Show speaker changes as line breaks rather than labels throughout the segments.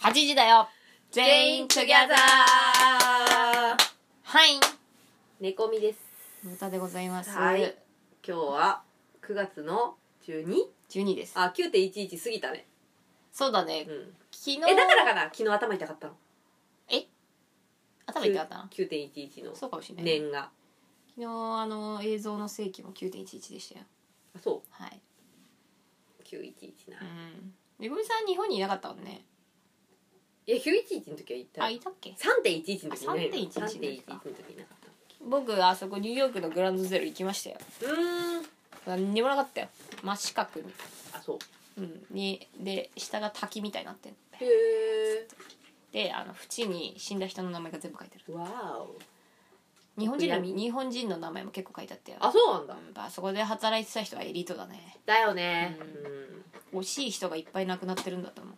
8時だよ
全員 together
はい
猫みです
歌でございます。
はい今日は9月の 12?
12です。
あ9.11過ぎたね、
そうだね
う。ん、
昨日、
えだからかな昨日頭痛かったの
頭痛かったな。
9.11の
そうかもしれない。
念が、
昨日、あの、映像の世紀も9.11でしたよ。
あそ
はい。
う911な、
うん。めぐみさん、日本にいなかったもんね。
いや911の時は行った
あ、
よ
いたっけ
3.11の時ね
あ3.11
3.11の時いなかっ
僕、あそこ、ニューヨークのグランドゼロ行きましたよ。
たうーん
何にもなかったよ。真四角に。
あそう
うん。に、で、下が滝みたいになってんの
へえ
で、あの、縁に死んだ人の名前が全部書いてある。
わお
日本人の、
闇
日本人の名前も結構書いてあったよ。
あそうなんだ
やっぱそこで働いてた人はエリートだね
だよね
う
うん
惜しい人がいっぱい亡くなってるんだと思う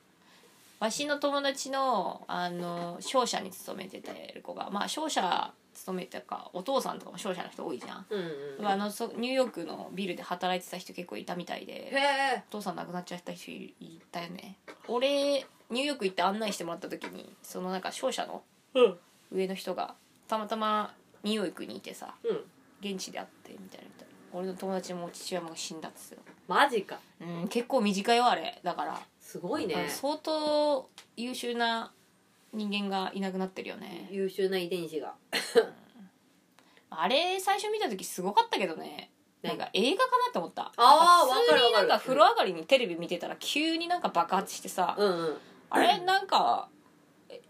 わしの友達のあの商社に勤めてた子がまあ商社勤めてたかお父さんとかも商社の人多いじゃん、
うんうん
あのそニューヨークのビルで働いてた人結構いたみたい
へ
で
え
お父さん亡くなっちゃった人いいたよね俺ニューヨーク行って案内してもらった時にそのなんか商社の
うん
上の人がたまたまニューヨークにいてさ
うん
現地で会ってみたいな俺の友達も父親も死んだっつってた
マジか
うん、結構短いよあれだから、
すごいね
相当優秀な人間がいなくなってるよね
優秀な遺伝子が
あれ最初見た時すごかったけどねなんか映画かなって思った
あー
なん普通になんか
わかるわかる
風呂上がりにテレビ見てたら急になんか爆発してさ、
うんうん
あれなんかえ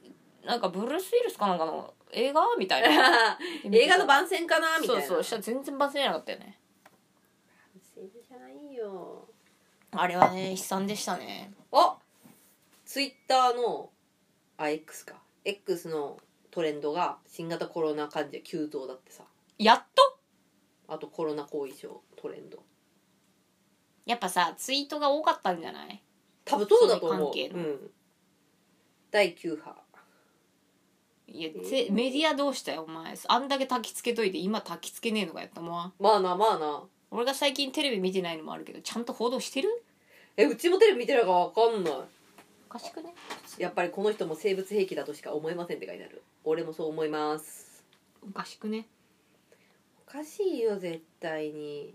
なんかブルース・ウィルスかなんかの映画みたいな
映画の番宣かなみた
そ
い
う
な
そうしたら全然バズれなかったよね
宣じゃないよ
あれはね悲惨でしたね
あツイッターのあ X か X のトレンドが新型コロナ患者急増だってさ
やっと
あとコロナ後遺症トレンド
やっぱさツイートが多かったんじゃない
多分そうだと思
そうれ関係
う
の
ん第9波
いやぜメディアどうしたよお前あんだけ焚きつけといて今焚きつけねえのかやったもん
まあなまあな
俺が最近テレビ見てないのもあるけどちゃんと報道してる
えうちもテレビ見てないから分かんない
おかしくね
やっぱりこの人も生物兵器だとしか思えませんって書いてある俺もそう思います
おかしくね
おかしいよ絶対に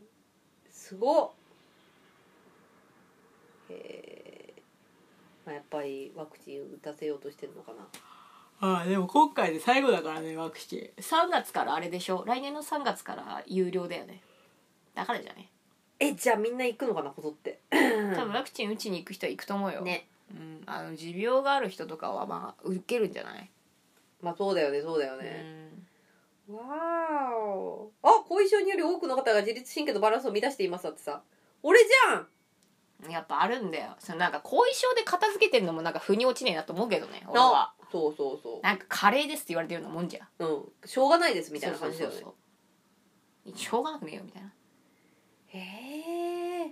すごっえーまあ、やっぱりワクチン打たせようとしてるのかな
ああでも今回で最後だからねワクチン3月からあれでしょ来年の3月から有料だよねだからじゃね
えじゃあみんな行くのかなこぞって
多分ワクチン打ちに行く人は行くと思うよ、
ね
うん、あの持病がある人とかはまあ受けるんじゃない、
まあそうだよねそうだよ
う
ね、
ん、
わーおあ後遺症により多くの方が自律神経のバランスを乱していますだってさ俺じゃん
やっぱあるんだよそのなんか後遺症で片付けてんのもなんか腑に落ちねえなと思うけどね俺は
そうそうそ
なんかカレーですって言われてるようなもんじゃん
ううんしょうがないですみたいな感じだよね
そうそうそうしょうがなくねえよみたいな
へえ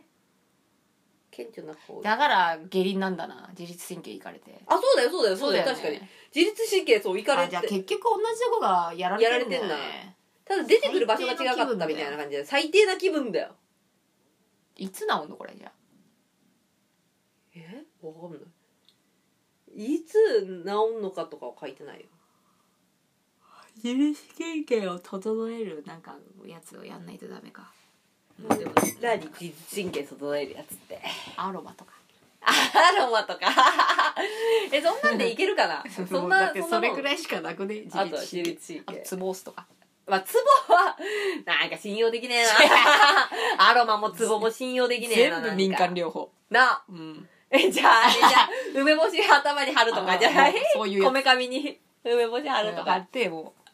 顕著な方
だから下痢なんだな自律神経いかれて
あそうだよそうだよそうだよ確かに自律神経そういかれ
あ
て
じゃあ結局同じとこがやられてるんだよ
やられて
ね
ただ出てくる場所が違かったみたいな感じで最低な気分だよ
いつ治んのこれじゃあ
えわかんないいつ治んのかとかは書いてないよ
自律神経を整えるなんかやつをやんないとダメかでも
何自律神経整えるやつって
アロマとか
アロマとか えそんなんでいけ るかなそん
だ
な
ってそれく
い
らいしかなくね自
あとは
律
自
神経
律神
あと
経
ツボ押すとか
まあツボはなんか信用できねえ なアロマもツボも信用できねえな
全
なん
部
か
民間療法
な
うん
えじゃああれじゃあ梅干し頭に貼るとかじゃない
あそういうや
こ
つ
めかみに梅干し貼ると
あ
か
ってもう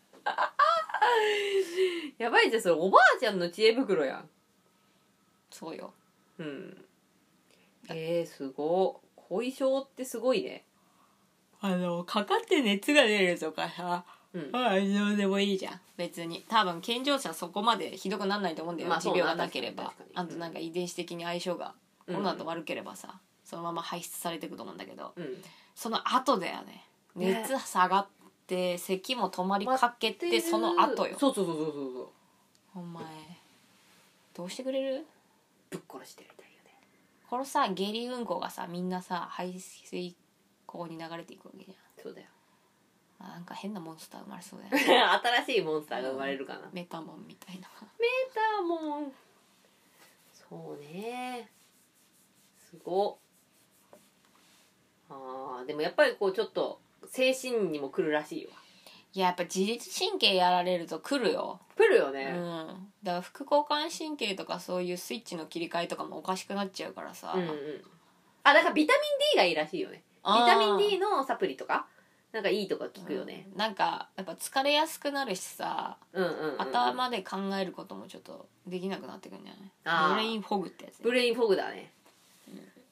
やばいじゃんそれおばあちゃんの知恵袋や
そうよ
んうんえー、すごい後遺症ってすごいね
あのかかって熱が出るとかさ
うん
あどうでもいいじゃん別に多分健常者はそこまでひどくならないと思うんだよ、
まあ
持
そう
病
な
がなければ
確かに確か
あ
に
となんか遺伝子的に相性が
うん
コロナと悪ければさ、そのまま排出されていくと思うんだけど
うん
その後だよね
ね
熱下がって咳も止まりかけてその後よ
そうそうそうそうそうそう
お前どうしてくれる
ぶっ殺してやりたいよね
このさ下痢うんこがさみんなさ排水ここに流れていくわけじ
そうだよ
ゃんあなんか変なモンスター生まれそうだよね
新しいモンスターが生まれるかな、メ
メタモンみたいな
タモンそうねすごっあーでもやっぱりこうちょっと精神にも来るらしいわ
いややっぱ自律神経やられると来るよ、
来る
う
よね、
ん、だから副交感神経とかそういうスイッチの切り替えとかもおかしくなっちゃうからさ、
うんうんあだからビタミン D がいいらしいよねビタミン D のサプリとかなんかいいとか聞くよね、、
うんなんかやっぱ疲れやすくなるしさ
うん、うんうんうん
頭で考えることもちょっとできなくなってくるんじゃ
あ
ない
ー
ブレインフォグってやつね
ブレインフォグだね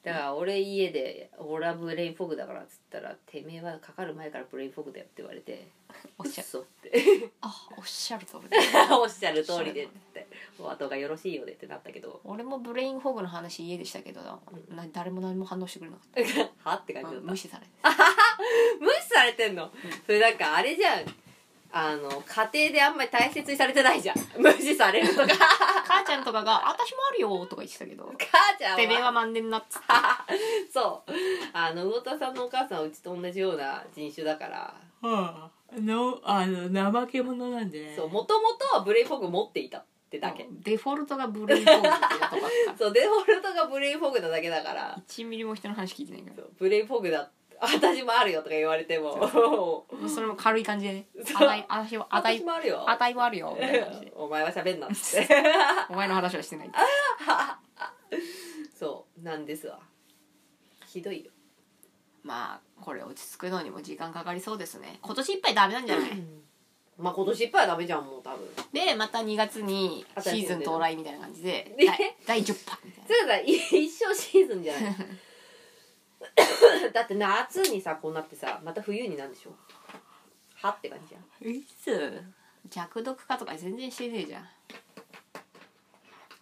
だから俺家で「俺はブレインフォグだから」っつったら「てめえはかかる前からブレインフォグだよ」って言われて「
おっしゃる
そう」って
あおっしゃる通り
おっしゃる通りで」って言って「お後がよろしいよね」ってなったけ ど
俺もブレインフォグの話家でしたけどな誰も何も反応してくれなかっ
「は?」って
た、
感
う
じだっ
ん
た
無視されて
無視されてんの、それなんかあれじゃんあの家庭であんまり大切にされてないじゃん無視されるとか
母ちゃんとかが「私もあるよ」とか言ってたけど
母ち
「
ゃん
てめえ
は
は万年な」っつって
そうあの魚田さんのお母さんはうちと同じような人種だから
はあ、のあの怠け者なんで
そうもともとはブレインフォグ持っていたってだけ
デフォルトがブレインフォグっていうとこだった
そうデフォルトがブレインフォグなだけだから
1ミリも人の話聞いてないから
そうブレインフォグだ私もあるよとか言われても
もうそれも軽い感じでね
そう
あたい私はあた
私
い
もあるよ
あたいもあるよみたいな感じで
お前は喋んなっつって
お前の話はしてない
そうなんですわひどいよ
まあこれ落ち着くのにも時間かかりそうですね今年いっぱいダメなんじゃない
まあ今年いっぱいはダメじゃんもう多分
でまた2月にシーズン到来みたいな感じで
で
第第10波みたい
つうかさい一生シーズンじゃない だって夏にさこうなってさまた冬になんでしょはって感じじゃん
ないつ弱毒化とか全然してねえじゃん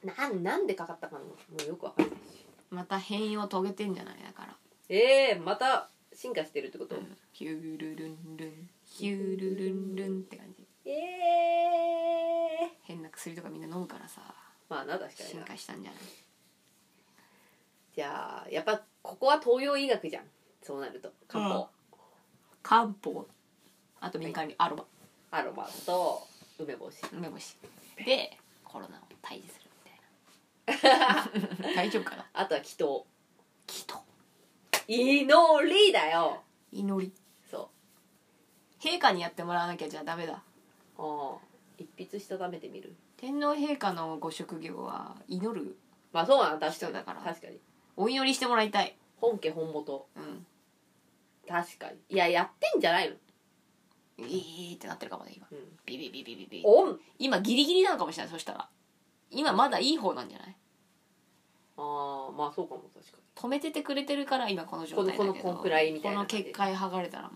なんなんでかかったかのもうよくわかんないし
また変異を遂げてんじゃないだから
ええまた進化してるってこと、
ヒュルルンルンヒュルルンルンって感じ
ええ
変な薬とかみんな飲むからさ
まあな確かに
進
な
化したんじゃない
じゃあやっぱここは東洋医学じゃんそうなると漢方、
うん漢方あと民間にアロマ
アロマと梅干し
梅干しでコロナを退治するみたいな大丈夫かな
あとは祈祷
祈祷
祈りだよ
祈り
そ
陛下にやってもらわなきゃじゃあダメだ
うああ一筆したためてみる
天皇陛下のご職業は祈る
まあそうなの確かに
人だから
確かに
お祈りしてもらいたい
本家本元
うん
確かにいややってんじゃないの
いいってなってるかもね今
うん
ビビビビビビ
オン
今ギリギリなのかもしれないそしたら今まだいい方なんじゃない
ああまあそうかも確かに
止めててくれてるから今この状態だけど
このこのこんくらいみたいな
この結界剥がれたらもう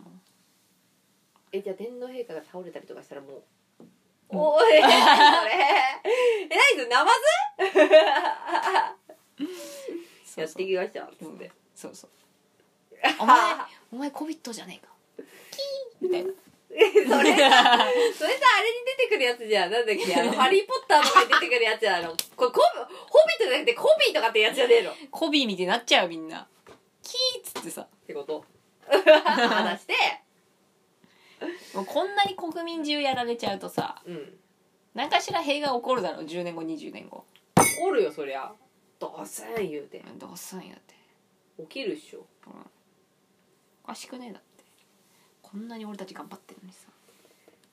えじゃあ天皇陛下が倒れたりとかしたらもう
うん
おーえ何それえ何それナマズやってきましたっつって
そう そうお前お前コビットじゃねえかキーンみたいな
えそれさそれさあれに出てくるやつじゃんなんだっけあの 「ハリー・ポッター」とかに出てくるやつやあのこれコブホビットじゃなくてコビーとかってやつじゃねえのっ
コビーみたいになっちゃうよみんなキーっつってさ
てこと話して
もうこんなに国民中やられちゃうとさ
うん
何かしら弊害起こるだろう10年後20年後
おるよそりゃどうせん言うて
うんどうすんやって
起きるっしょ
おかしくねえだってこんなに俺たち頑張ってるのにさ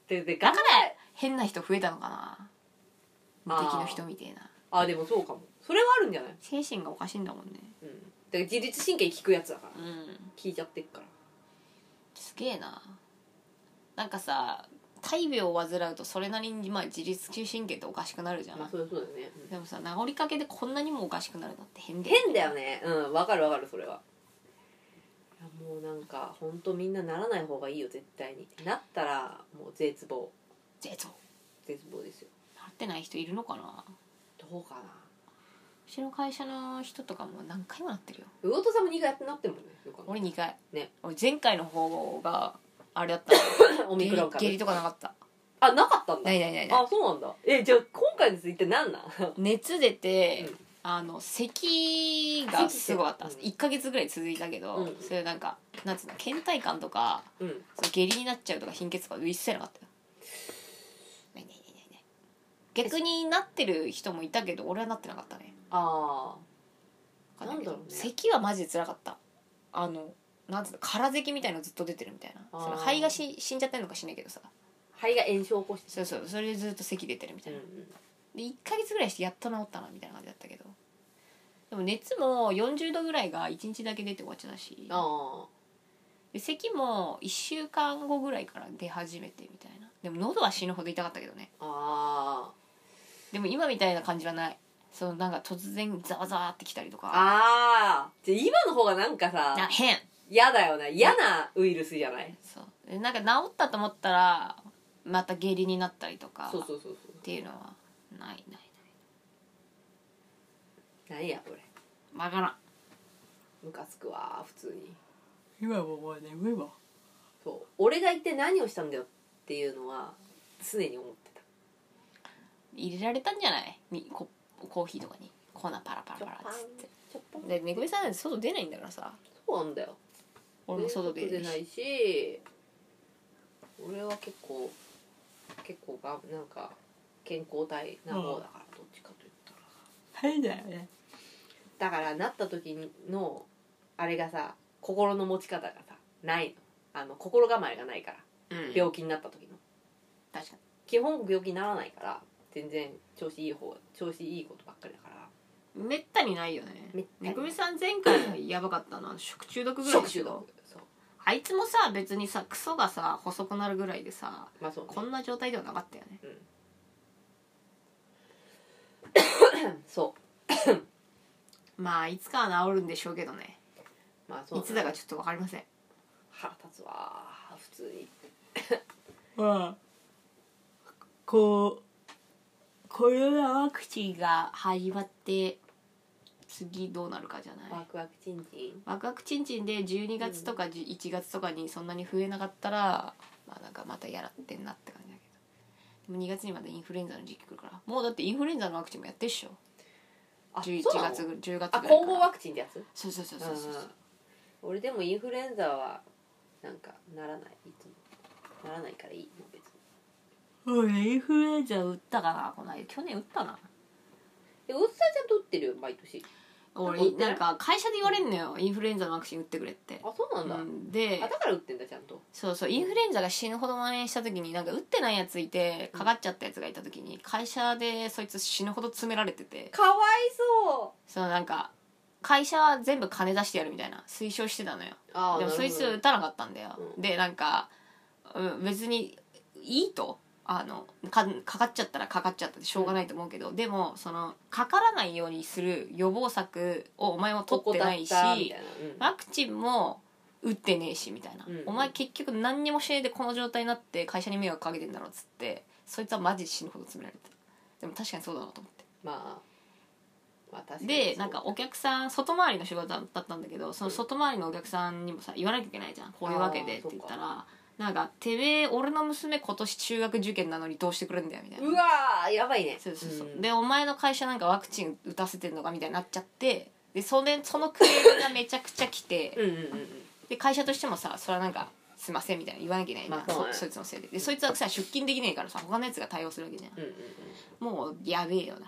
でで
だ
ガ
から変な人増えたのかな無敵の人みたいな
あでもそうかもそれはあるんじゃない
精神がおかしいんだもんね
うんだから自律神経効くやつだから
うん
聞いちゃってっから
すげえななんかさ大病を患うとそれなりに、まあ、自律神経っておかしくなるじゃん、
まあそうそうだよね、
でもさ治りかけでこんなにもおかしくなるのって変だよね
変だよねうんわかるわかるそれはいやもうなんかほんとみんなならない方がいいよ絶対になったらもう絶望
絶望
絶望ですよ
なってない人いるのかな
どうかな
うちの会社の人とかも何回もなってるよ
魚田さんも苦手になってんもんねよく考
俺2回、
ね
俺前回の方があれだったの
え たらオ
下
ミクロン
痢
株
下痢とかなかった
あなかったんだ
ないないないない
あそうなんだえじゃあ今回のやつ一体何なん
熱出て、
うん
あの咳がすごかった
咳してるうん
1ヶ月ぐらい続いたけど、
うん
それなんかなんつうの倦怠感とか
うん
そう下痢になっちゃうとか貧血とか一切なかったよないないないないない逆になってる人もいたけど俺はなってなかったね
あ
わかいけど
なんだろうね
咳はマジで辛かったあのなんつうの空咳みたいのずっと出てるみたいな
あー
その肺がし死んじゃってんのかしないけどさ
あ肺が炎症を起こして
そうそうそれでずっと咳出てるみたいな、
ん
で1ヶ月ぐらいしてやっと治ったなみたいな感じだったけどでも熱も40度ぐらいが1日だけ出て終わっちゃったし
あ
で咳も1週間後ぐらいから出始めてみたいなでも喉は死ぬほど痛かったけどね
ああ
でも今みたいな感じはないそのなんか突然ザワザワってきたりと
あ
か
ああじゃあ今の方がなんか
な
さ
変
嫌だよね嫌なウイルスじゃない
そうでなんか治ったと思ったらまた下痢になったりとか
そう
っ
そうそうそう
ていうのはないないない
何やこれ
わからん
ムカつくわ普通に
今はもう眠いわ
そう俺が一体何をしたんだよっていうのは常に思ってた
入れられたんじゃないみココーヒーとかに粉パラパラパラっつって
ちょっぱん
でめぐみさんなんて外出ないんだからさ
そうなんだよ
俺も外出
出
る
な
し
いし俺は結構結構がなんか健康体な方だから、どっちかといったら
変だよね
だからなった時のあれがさ心の持ち方がさないのあの心構えがないから
うん
病気になった時の
確かに
基本病気にならないから全然調子いい方調子いいことばっかりだから
めったにないよね
めったに
めぐみさん前回やばかったのは食中毒ぐらい
食
でし
中
ょ
毒そう
あいつもさ別にさクソがさ細くなるぐらいでさ
まあそうね
こんな状態ではなかったよね
そ
まあいつかは治るんでしょうけどね
うまあそう
い
ね
つだかちょっと分かりません
腹立つわ普通に
まあこうコロナワクチンが始まって次どうなるかじゃない、
ワクワクチンチン
ワクワクチンチンで12月とか1月とかにそんなに増えなかったら、まあなんかまたやらってんなって感じだけどでも2月にまたインフルエンザの時期来るからもうだってインフルエンザのワクチンもやってっしょ
あ
11
そうなの
月ぐ10月ぐらいか
あ
ら
混合ワクチンってやつ
そうそうそうそうそうそう
うん俺でもインフルエンザはなんかならないいつもならないからいいもう別に
うんインフルエンザ打ったかなこの間去年打ったな
えおっさんちゃんと打ってるよ毎年打っ
俺
てない
なんか会社で言われんのよインフルエンザのワクチン打ってくれって
あそうなんだ、
うんで
あだから打ってんだちゃんと
そうそうインフルエンザが死ぬほど蔓延した時になんか打ってないやついてかかっちゃったやつがいた時に会社でそいつ死ぬほど詰められてて
かわいそ
そのなんか会社は全部金出してやるみたいな推奨してたのよ
うあ
でもそいつ打たなかったんだよ、
うん
でなんか、うん、別にいいとあのかかかっちゃったらかかっちゃったってしょうがないと思うけど、でもそのかからないようにする予防策をお前も取ってないし
怠ったみたいな
ワクチンも打ってねえしみたいな、
うん
お前結局何にもしねえでこの状態になって会社に迷惑かけてんだろっつってそいつはマジで死ぬほど詰められてたでも確かにそうだなと思って。
うんまあまあ確かに
で
そう
なんかお客さん外回りの仕事だったんだけどその外回りのお客さんにもさ言わなきゃいけないじゃんこういうわけでって言ったらなんか「てめえ俺の娘今年中学受験なのにどうしてくるんだよ」みたいうな
わーやばいね
そうそうそう、
ん
でお前の会社なんかワクチン打たせてんのかみたいになっちゃってでそれそのクレームがめちゃくちゃ来て
うんうんうんうん
で会社としてもさそれはなんか「すいません」みたいな言わなきゃいけないじゃん、
まあそうね
そそいつのせいででそいつはさ出勤できねえからさ他のやつが対応するわけじゃん
うんうん
もうやべえよな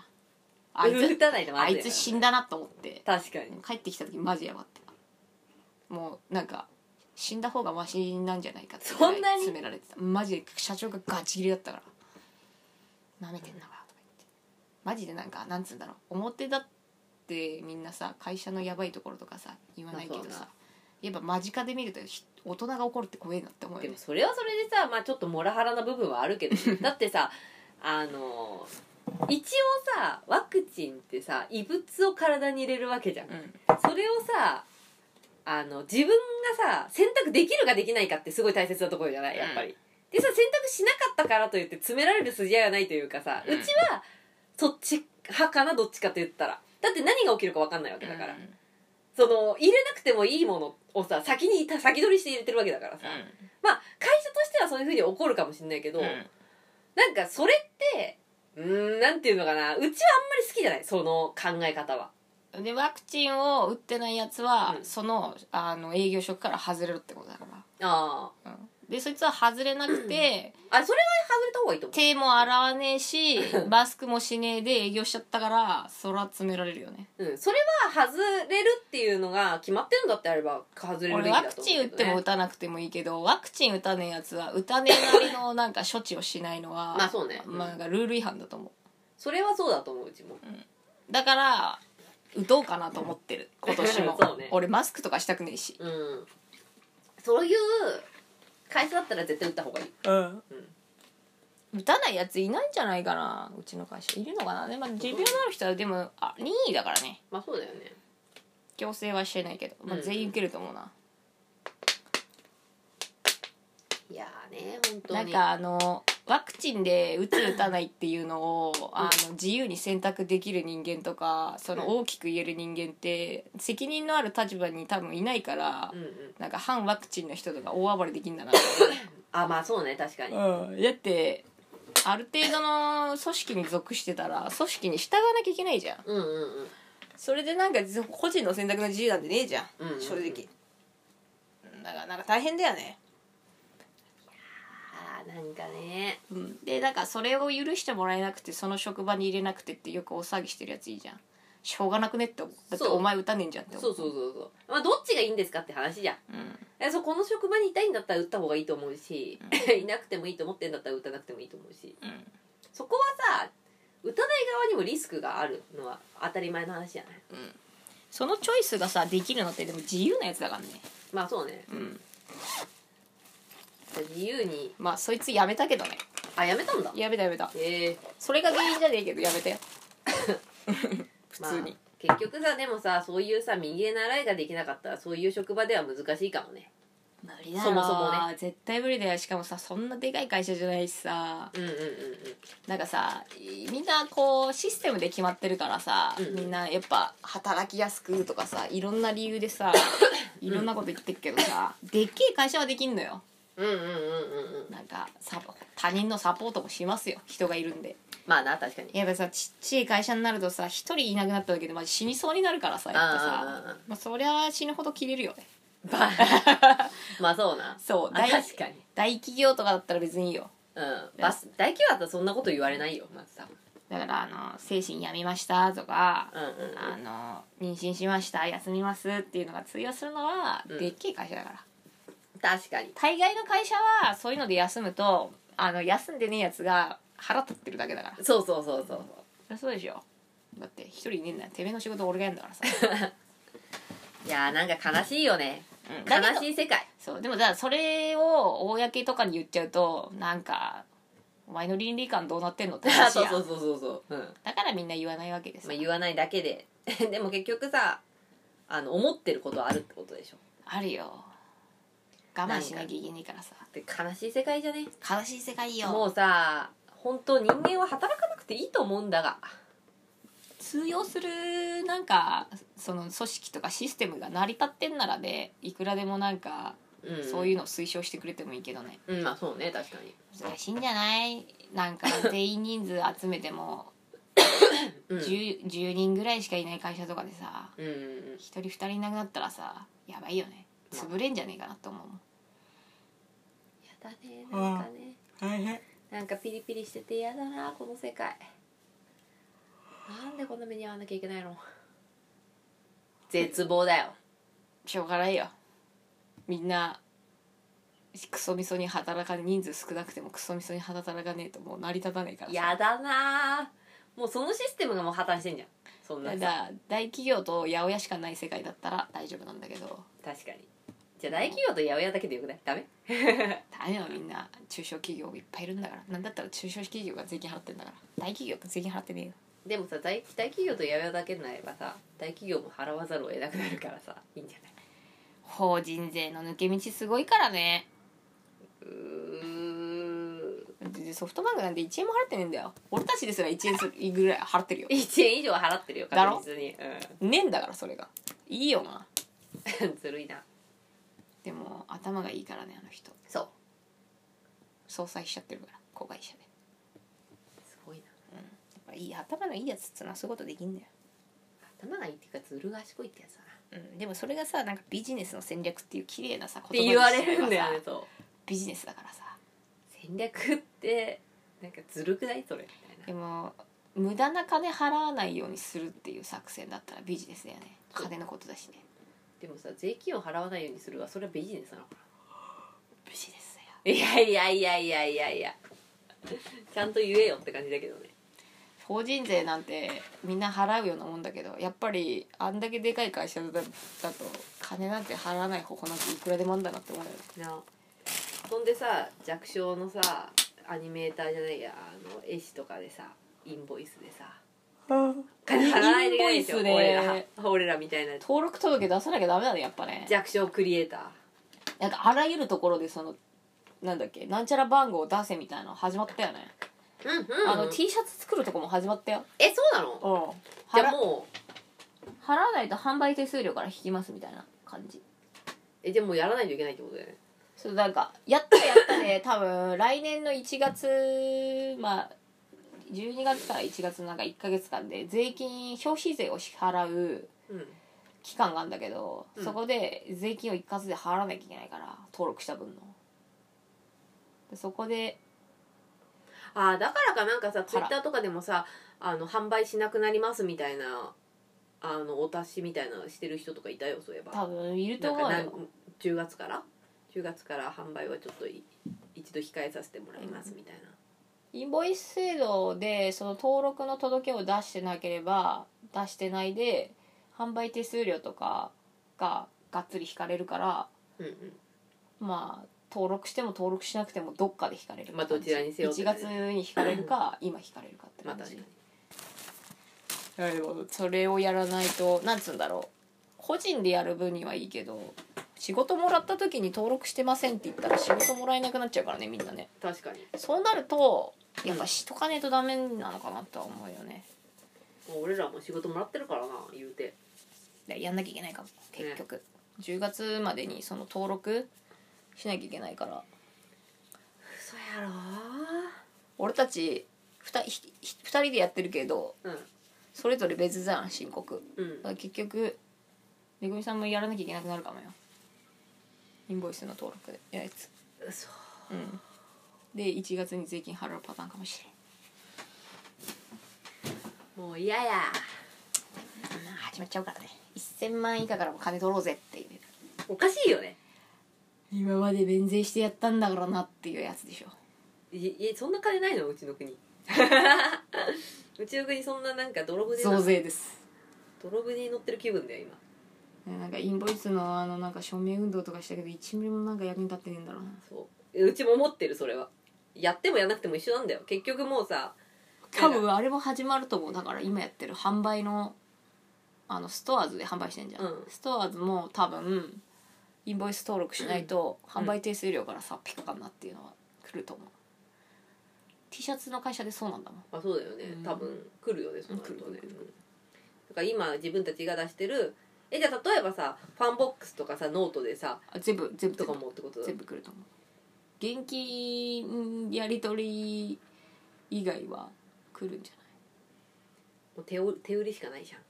あ
あ
い
いつ打
つ
たないとま
あ
ずい
い
よね
つ死んだなと思って
確かに
帰ってきた時マジやばかったもうなんか死んだ方がマシなんじゃないかってぐらい
そんなに
詰められてたマジで社長がガチ切れだったからなめてんなかとか言ってマジでなんかなんつうんだろう表だってみんなさ会社のやばいところとかさ言わないけど
まあそう
さやっぱ間近で見るとひ大人が怒るって怖えなって思う
で
よね
もそれはそれでさまあちょっとモラハラな部分はあるけど だってさあの一応さワクチンってさ異物を体に入れるわけじゃん
うん
それをさあの自分がさ選択できるかできないかってすごい大切なところじゃないやっぱり、でさ選択しなかったからといって詰められる筋合いはないというかさ、
う
うんちはそっち派かなどっちかと言ったらだって何が起きるか分かんないわけだから、
うん
その入れなくてもいいものをさ先に先取りして入れてるわけだからさ、まあ会社としてはそういうふうに怒るかもしれないけど、
うん
なんかそれってうーんなんていうのかなうちはあんまり好きじゃないその考え方は
でワクチンを打ってないやつは、
うん
そのあの営業職から外れるってことだか
あ
ら、うんでそいつは外れなく て
ああそれは外れた方がいいと思う
手も洗わねえ しマスクもしねえで営業しちゃったからそら詰められるよね
うん、それは外れるっていうのが決まってるんだってあれば外れる
俺
べきだ
ワ
と思う、
クチン打っても打たなくてもいいけどワクチン打たねえやつは打たねえなりのなんか処置をしないのは
まあそうね
まあなんかルール違反だと思
それはそうだと思ううちも
うだから打とうかなと思ってる今年も
そうね
俺マスクとかしたくねえし
うんそういう会社だったら絶対打った方がいい
うん打たないやついないんじゃないかなうちの会社いるのかなでも持病のある人はでもあ任意だからね
まあそうだよね
強制はしてないけど、まあ、
うん
全員受けると思うな、
いやーね本当
なん
に
かあのワクチンで打つ打たないっていうのを、あの自由に選択できる人間とかその大きく言える人間って責任のある立場に多分いないから、
うんうん
なんか反ワクチンの人とか大暴れできんだな
あまあそうね確かに、
うん、だってある程度の組織に属してたら組織に従わなきゃいけないじゃん
うんうんうん
それでなんか個人の選択の自由なんてねえじゃん、
うんうんうん
正直だからなんか大変だよね、
あーなんかね
うん、でなんかそれを許してもらえなくてその職場に入れなくてってよくお騒ぎしてるやついいじゃんしょうがなくねって思うだって
そう
お前打たねえんじゃんって思
そうそうそうそうまあどっちがいいんですかって話じゃん
うん、
えそうこの職場にいたいんだったら打った方がいいと思うし、 いなくてもいいと思ってんだったら打たなくてもいいと思うし
うん、
そこはさ打たない側にもリスクがあるのは当たり前の話じゃない
そのチョイスがさできるのってでも自由なやつだからね
まあそうね
うん
自由に
まあそいつやめたけどね
あやめたんだ
やめたやめた
ええ
それが原因じゃねえけどやめ たよ普通に、
まあ、結局さでもさそういうさ右へ習いができなかったらそういう職場では難しいかもね
無理だろ
そもそも
ね絶対無理だよしかもさそんなでかい会社じゃないしさ
うんうんうん
なんかさみんなこうシステムで決まってるからさ、
うん
みんなやっぱ働きやすくとかさいろんな理由でさいろんなこと言ってるけどさ、でっけえ会社はできんのよ
うんうんうんうんうんうん
なんかサポ他人のサポートもしますよ人がいるんで
まあな確かに
やっぱさちっちゃい会社になるとさ一人いなくなっただけで、まあ、死にそうになるからさやっぱさ
あーあーあー
まあ、そりゃ死ぬほど切れるよね
まあ まあそうな
そう
あ確かに
大企業とかだったら別にいいよ
うんバス大企業だったらそんなこと言われないよまずさ
だからあの精神やめましたとか、
うんうんうん
あの妊娠しました休みますっていうのが通用するのは、
うん
でっけえ会社だから
確かに
大概の会社はそういうので休むとあの休んでねえやつが腹立ってるだけだから
そうそうそうそう
そりゃそうでしょだって一人いねえんだよてめえの仕事俺がやんだ からさ、
いやーなんか悲しいよね
うん、だけ
悲
ど
しい世界
そうでもじゃあそれを公とかに言っちゃうとなんかお前の倫理観どうなってんのって話
そう
やん
そうそうそうそう、うんま
だからみんな言わないわけです
あ、言わないだけで でも結局さあの思ってることはあるってことでしょ
あるよ我慢しなきゃいけないからさ
で悲しい世界じゃね
悲しい世界よ
もうさ本当人間は働かなくていいと思うんだが
通用するなんかその組織とかシステムが成り立ってんならでいくらでもなんか
うん
そういうの推奨してくれてもいいけどね
うんまあそうね確かに、
難しいんじゃないなん か全員人数集めても
うん、
10, 10人ぐらいしかいない会社とかでさ
うんうんうん
1人2人いなくなったらさやばいよね潰れんじゃねえかなと思うもん
やだねなんかねなんかピリピリしててやだなこの世界なんでこんな目に遭わなきゃいけないの絶望だよ
しょうがないよみんなクソみそに働かね人数少なくてもクソみそに働かねえともう成り立たねえからさ
やだなもうそのシステムがもう破綻してんじゃんそんな
た
さ
だ大企業と八百屋しかない世界だったら大丈夫なんだけど
確かにじゃあ大企業と八百屋だけでよくないダメ
ダメよみんな中小企業いっぱいいるんだからなんだったら中小企業が税金払ってんだから大企業って税金払ってねえよ
でもさ大大企業と八百屋だけになればさ大企業も払わざるを得なくなるからさいいんじゃない
法人税の抜け道すごいからね
うー
でソフトバンクなんて1円も払ってねえんだよ俺たちですら1円するぐらい払ってるよ
1円以上払ってるよ
だろ
確実にう
ねえんだからそれがいいよなん
ずるいな
でも頭がいいからねあの人
そう
総裁しちゃってるから子会社です
ごいな
やっぱいい頭のいいやつっつうのはそういうことできんだよ
頭がいいっていうかずる賢いってやつだな
うん、でもそれがさなんかビジネスの戦略っていう綺麗なさ
って言われるんだよねそう
ビジネスだからさ
戦略ってなんかずるくないそれみた
で
いな
も無駄な金払わないようにするっていう作戦だったらビジネスだよね
そう
金のことだしね
でもさ税金を払わないようにするはそれはビジネスなのか
ビジネスだよ
ないやいやいやいやいやいや ちゃんと言えよって感じだけどね
法人税なんてみんな払うようなもんだけどやっぱりあんだけでかい会社だだと金なんて払わない方法なんていくらでもあんだなって思うよね
なそんでさ弱小のさアニメーターじゃないやあの絵師とかでさインボイスでさ金払わないといけないんですよ
インボイス
俺
ね
ら俺らみたいな
登録届出さなきゃダメだねやっぱね
弱小クリエイター
なんかあらゆるところでそのなんだっけなんちゃら番号を出せみたいなの始まったよね、
うんうん
あの T シャツ作るとこも始まったよ
えそうな
う
の
ん
じゃ
払
あもう
払わないと販売手数料から引きますみたいな感じ
えじゃあもうやらないといけないってことだよね
そうなんかやったらやったで 多分来年の1月まあ12月から1月のなんか1ヶ月間で税金消費税を支払う
うん
期間があるんだけど、
うん
そこで税金を一括で払わなきゃいけないから登録した分のでそこで
ああだからかなんかさツイ
ら
ッターとかでもさあの販売しなくなりますみたいなあのお達しみたいなのしてる人とかいたよそういえば
多分いると
なん
思
か
う
なん
よ
10月から10月から販売はちょっとい一度控えさせてもらいますみたいな、
インボイス制度でその登録の届けを出してなければ出してないで販売手数料とかががっつり引かれるから
うんうん
まあ登録しても登録しなくてもどっかで引かれる
まあどちらにせよ
1月に引かれる か今引かれるかって
まあ
感
確か
じ、
に
いやでもそれをやらないとなんつうんだろう個人でやる分にはいいけど仕事もらった時に登録してませんって言ったら仕事もらえなくなっちゃうからねみんなね
確かに
そうなるとやっぱしとかねえとダメなのかなとは思うよね
もう俺らも仕事もらってるからな言うて
でやんなきゃいけないかも結局、10月までにその登録しなきゃいけないから
嘘やろ
俺たち 2, 人でやってるけど
うん
それぞれ別じゃん申告
うん
だから結局めぐみさんもやらなきゃいけなくなるかもよインボイスの登録でやつ
嘘
うんで1月に税金払うパターンかもし
もう嫌や
れん始まっちゃうからね1000万以下からも金取ろうぜっていう
おかしいよね
今まで免税してやったんだからなっていうやつでしょ
いいそんな金ないのうちの国 うちの国そんななんか泥船な
増税です
泥船に乗ってる気分だよ今
ねなんかインボイスのあのなんか署名運動とかしたけど1ミリもなんか役に立ってねえんだろうな
そううちも思ってるそれはやってもやらなくても一緒なんだよ結局もうさ
多分あれも始まると思うだから今やってる販売のあのストアーズで販売してんじゃん、
うん
ストアーズも多分インボイス登録しないと販売手数料からさピカかなっていうのは来ると思う T シャツの会社でそうなんだもん
まあそうだよね
うん
多分来るよねそうなると
来る
ね
来る来る
うんだから今自分たちが出してるえじゃあ例えばさファンボックスとかさノートでさ
あ全部全部
と
全
か
部
もってことだ
全部来ると思う現金やり取り以外は来るんじゃ
もう手を手売りしかないじゃん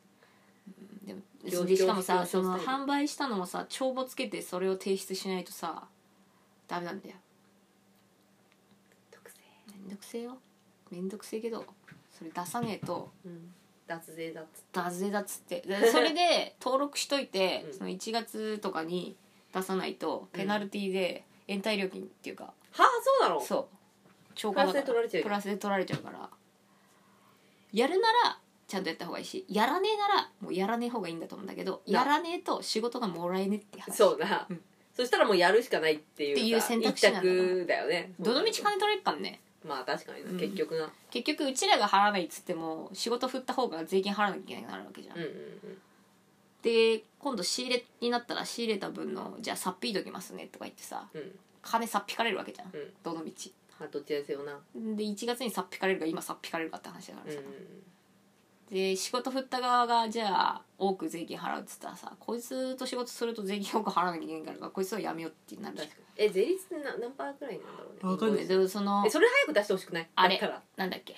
ないで
上
もでしかもさ
上
その
上スタイル
販売したのもさ帳簿つけてそれを提出しないとさダメなんだよ
特性、
めんどくせえよめんどくせえけどそれ出さねえと
うん、脱税だっつって
脱税だっつって でそれで登録しといて、
うん
その1月とかに出さないとペナルティで延滞料金っていうか、
はあそうなの
そう超
プラスで取られちゃう
プラスで取られちゃうからやるならちゃんとやった方がいいしやらねえならもうやらねえ方がいいんだと思うんだけど
な
やらねえと仕事がもらえねえって話
そうな、
うん
そしたらもうやるしかないっていう
っていう
さ
選択肢
一
なの
択だよね
どの道金取れるかんね
まあ確かにな、
うん
結局な
結局うちらが払わないっつっても仕事振った方が税金払わなきゃいけなくなるわけじゃん
うんうんうん
で今度仕入れになったら仕入れた分のじゃあさっぴいときますねとか言ってさ
うん
金さっぴかれるわけじゃん、
うん
どの道
まあどっちらにせよな
で1月にさっぴかれるか今さっぴかれるかって話だか
う
ら
んう
さ
ん、うん
で仕事振った側がじゃあ多く税金払うっつったらさこいつと仕事すると税金多く払わなきゃいけないからこいつはやめようってなるじゃ
確かにえ税率ってな何パーくらいなんだろうね
んわかんないでもその
えそれ早く出してほしくない
あれ
だから
なんだっけ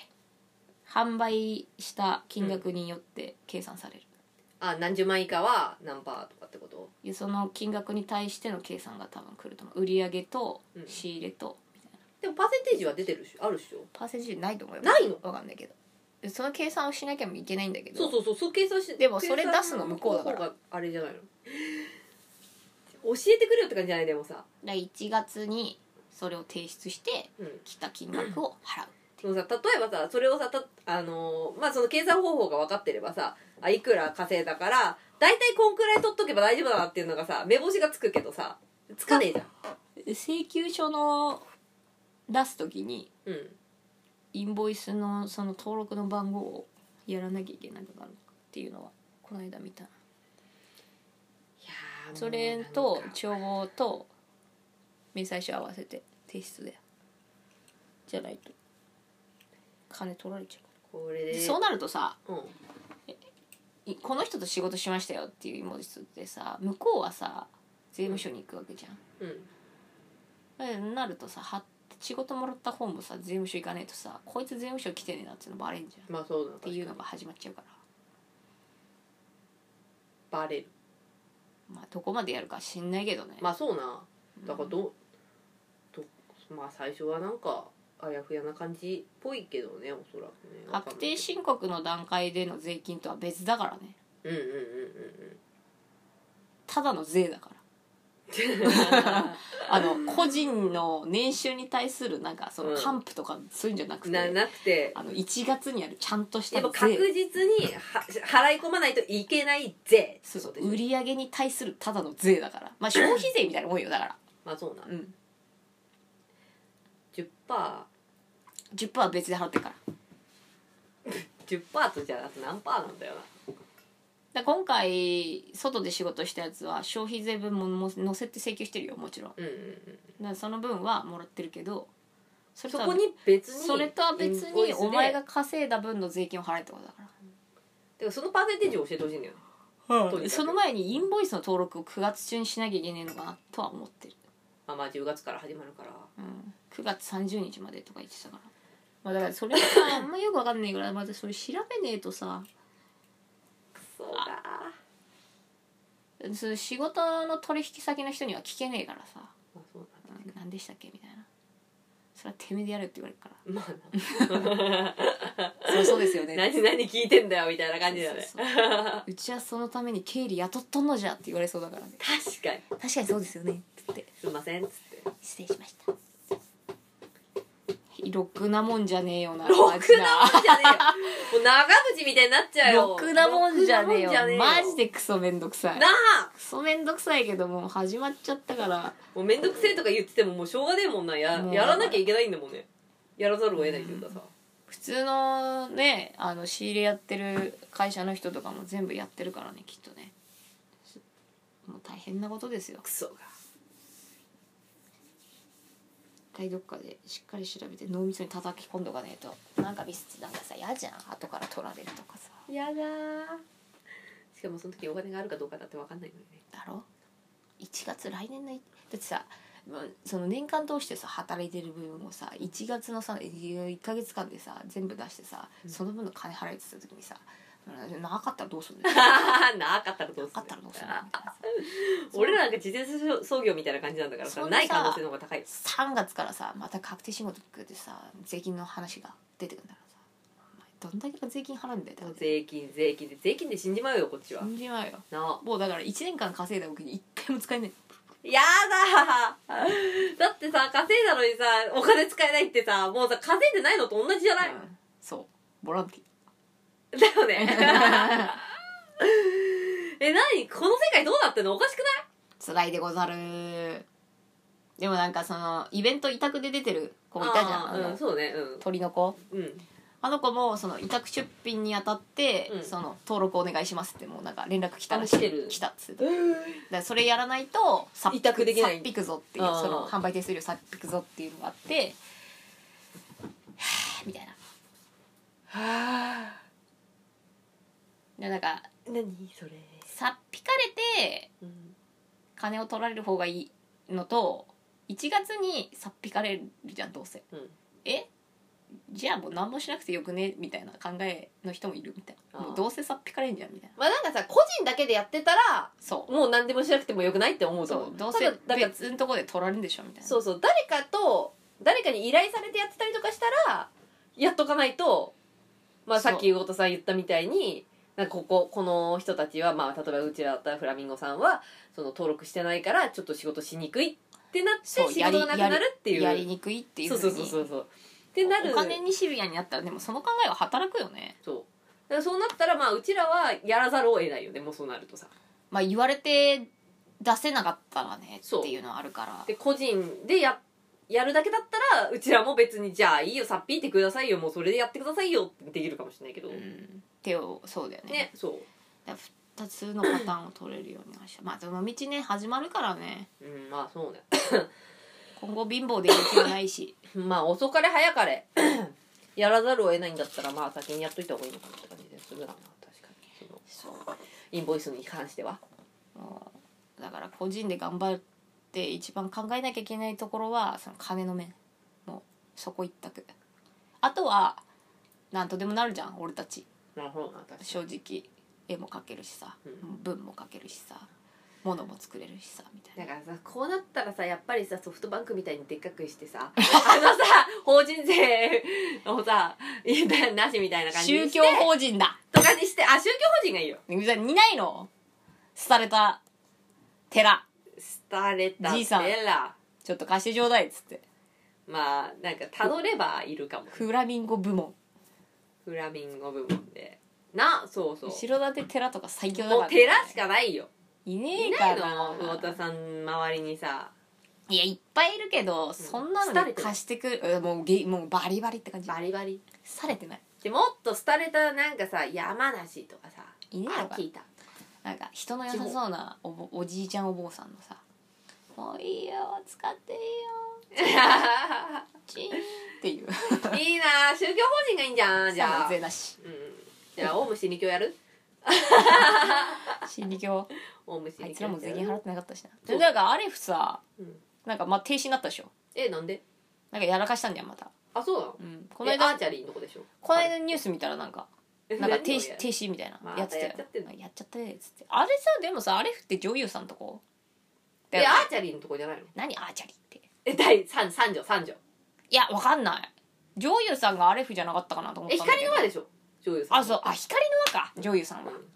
販売した金額によって計算される、
あ何十万以下は何パーとかってこと
でその金額に対しての計算が多分来ると思う売り上げと
うん
仕入れと、
でもパーセンテージは出てるしあるでしょ
パーセンテージないと思うよ
ないの
わかんないけどでその計算をしなきゃいけないんだけど
そうそうそうそう計算して
でもそれ出すの向こうだから
らあれじゃないの教えてくれよって感じじゃないでもさ
で1月にそれを提出して
うん
来た金額を払う
そのさ例えばさそれをさたあのーまあその計算方法が分かってればさあいくら稼いだから大体こんくらい取っとけば大丈夫だなっていうのがさ目星がつくけどさつかねえじゃん
請求書の出す時に
うん
インボイスのその登録の番号をやらなきゃいけなくなるっていうのはこの間見たそれと帳簿と明細書合わせて提出だよじゃないと金取られちゃ
これ
う、
で
そうなるとさ
うん
いこの人と仕事しましたよっていうインボイスってさ向こうはさ税務署に行くわけじゃん
うん
えなるとさは仕事もらった方もさ税務署行かないとさこいつ税務署来てねえなっていうのバレんじゃんっ
まあそうだ
ていうのが始まっちゃうから
バレる
まあどこまでやるか知んないけどね、
まあそうな
うん
だからど,、うどまあ最初はなんかあやふやな感じっぽいけどねおそらくねわか
確
んな
定
いけど
申告の段階での税金とは別だからね
うんうんうん
ただの税だから
うんうん
あの個人の年収に対するなんかその
うん
還付とかそういうんじゃなくて、
ななくて
あの1月にあるちゃんとし
や
た
っぱ
税
確実には払い込まないといけない税
そうそう
ってこと
売
でし
り上げに対するただの税だから まあ消費税みたいなもんよだから、
ょまあそうな
うん、
10%10%
10%は別で払ってるから
とじゃああと何パーなんだよな
だから今回外で仕事したやつは消費税分もも乗せて請求してるよもちろんだか
うんうんうん
らその分はもらってるけどそれ
そ
とは
こに別に
それとは別
インボイ
に
スで
お前が稼いだ分の税金を払えってことだか
でもそのパーセンテージを教えてほしいんだよ
ら、
とにかく
その前にインボイスの登録を9月中にしなきゃいけねえのかなとは思ってる、
まあまあ10月から始まるから
うん、9月30日までとか言ってたからまあだからそれがさ あんまよくわかんないからまたそれ調べねえとさ
クソだ
その仕事の取引先の人には聞けねえからさ
まあそう
「う
なんだ
ん何でしたっけ?」みたいな「それはてめえでやれ」って言われるから
ま あ
そうそうですよ
な
ね
何何聞いてんだよみたいな感じだね
そうそうそううちはそのために経理雇っとんのじゃって言われそうだからね
確かに
確かにそうですよねって言って
すいませんっつって
失礼しましたろくなもんじゃねえよな
ろくなもん
マ
じ
ジな
ゃねえよもう長渕みたいになっちゃうよ
ろくなもんじゃねえよマジ
で
でクソめんどくさい
なあ
クソめんどくさいけどもう始まっちゃったから
もうめんどくせえとか言っててももうしょうがねえもんなや
もう
やらなきゃいけないんだもんねやらざるを得ないっていうかさ
普通のねあの仕入れやってる会社の人とかも全部やってるからねきっとねもう大変なことですよ
クソが
一回どっかでしっかり調べて脳みそに叩き込んどかねえとなんかミスってなんかさ嫌じゃん後から取られるとかさ
やだしかもその時お金があるかどうかだって分かんないの にね
だろ1月来年のいだってさまあその年間通してさ働いてる部分をさ1月のさ1か月間でさ全部出してさ
うん
その分の金払えてた時にさなかったらどうす るんだよ
なかったらどう
な
す
か
る
ったらどうするん
俺らなんか自転車操業みたいな感じなんだから
そ
さ
んな
な
さ
い可能性の方が高いです
3月からさまた確定申告でさ税金の話が出てくるんだからさお前どんだけが税金払うんだよだから
税金税金で税金で死んじまうよこっちは
信じまうよ
なあ
もうだから1年間稼いだお金一回も使えない
やだだってさ稼いだのにさお金使えないってさもうさ稼いでないのと同じじゃない、
うんそうボランティ
だよ ね
ア
え何この世界どうなってんのおかしくない
辛いでござるでもなんかそのイベント委託で出てる子いたじゃん
あ
あ
ー
の
うんそうね
鳥の子
うんうん
あの子もその委託出品にあたって、
うん
その登録お願いしますってもうなんか連絡来たらしい
あ来てる
来たっつってただからそれやらないとさっ
委託できない
さっぴくぞっていう
あー
その販売手数料さっぴくぞっていうのがあって はぁみたいな
はあ
でなんか
何それ、
さっぴかれて
うん、
金を取られる方がいいのと1月にさっぴかれるじゃんどうせ、
うん
えじゃあもう何もしなくてよくねみたいな考えの人もいるみたいな
あー
もうどうせさっぴかれんじゃんみたいな
まあなんかさ個人だけでやってたら
そ
もう何でもしなくてもよくないって思
う
うと
そ
思
う
う
どう
た
せ
だだから
別のとこで取られるでしょみたいな
そうそう誰かと誰かに依頼されてやってたりとかしたらやっとかないと、まあ、
そう
さっき魚田さん言ったみたいになんかこここの人たちは、まあ、例えばうちらだったらフラミンゴさんはその登録してないからちょっと仕事しにくいってなって仕
そう
事がなくなるっていう
やりにくいっていう
そう
ふ
そううそうそ
に
うそうってなる
お金にシビアになったらでもその考えは働くよね
そうだからそうなったらまあうちらはやらざるを得ないよねもうそうなるとさ
まあ言われて出せなかったらね
そう
っていうのはあるから
で個人でややるだけだったらうちらも別にじゃあいいよさっぴいてくださいよもうそれでやってくださいよってできるかもしれないけど、
うん手をそうだよね
ねそ
だから2つのパターンを取れるようにはしたまあどの道ね始まるからね
ううんまあそうね
今後貧乏でいる気はないし
まあ遅かれ早かれ やらざるを得ないんだったらまあ先にやっといた方がいいのかなって感じでするな確かにその
そう
インボイスに関しては
もうだから個人で頑張って一番考えなきゃいけないところはその金の面もうそこ一択あとは何とでもなるじゃん俺たち
なるほどな確かに
正直絵も描けるしさ、
うん
文も描けるしさ物も作れるしさみたいな
だからさこうなったらさやっぱりさソフトバンクみたいにでっかくして さあのさ法人税 をさいやなしみたいな感じに
宗
して
教法人だ
とかにしてあ宗教法人がいいよ
みたいにないの廃れた寺
廃れた
じいさん
ペラ
ちょっと貸してちょうだいっつって
まあなんかたどればいるかも
フラミンゴ部門
フラミンゴ部門でなそうそう
後ろ盾寺とか最強だか
も
ら
う寺しかないよ
いね
い
え
ない
か
の
な
魚田さん周りにさ
いやいっぱいいるけどそんなのに貸してくるえもうげもうバリバリって感じ
バリバリ
されてない
でもっと廃れたなんかさ山梨とかさ
いねえのか
秋田
なんか人の良さそうなおぼおじいちゃんお坊さんのさ「もういいよ使っていいよチーン」っていう
いいなあ宗教法人がいいんじゃ んじゃあ
税なし
うんじゃあオウム真理教やる
心理 教
オウム真
あい
理
つ
教
ら
や
も税金
る
払ってなかったしな
そ
で
う
なんかアレフさ
うん
なんかまあ停止になったでしょ
えなんで
なんかやらかしたんじゃんまた、
あそうなの
うん、こ
こ
の
の間ア
間
ーチャリーの子でしょ
この間ニュース見たらなんか
え
なんか
何
停
をや
止
る
停止みたいなやつだよ
またやっちゃってんの
やっちゃってっつってあれさでもさアレフって女優さんとこだ
え
よ
ア
ね
ーチャリーのとこじゃないの
何アーチャリって
え第三三条三条
いやわかんない女優さんがアレフじゃなかったかなと思っ
え
たんだけど
光の輪でしょ女優さん
あそうあ光の輪か女優さんは
うん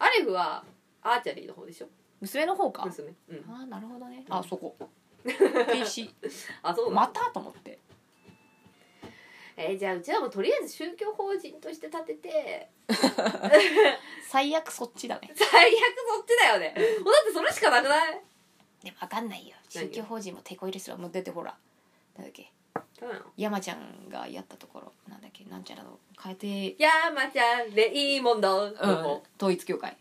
アレフはアーチャリーの方でしょ
娘の方か
娘うん
あなるほどね
う
あ
ん
そ こ停止
あそうなの
またと思って
えーじゃあうちはもうとりあえず宗教法人として立てて
最悪そっちだね
最悪そっちだよねもうだってそれしかなくない
でもわかんないよ
何
宗教法人も手こ入れするわもう出てほらなんだっけ
そうなの
山ちゃんがやったところなんだっけなんちゃらの変えて
山ちゃんレイモンドの
うん
子、
統一教会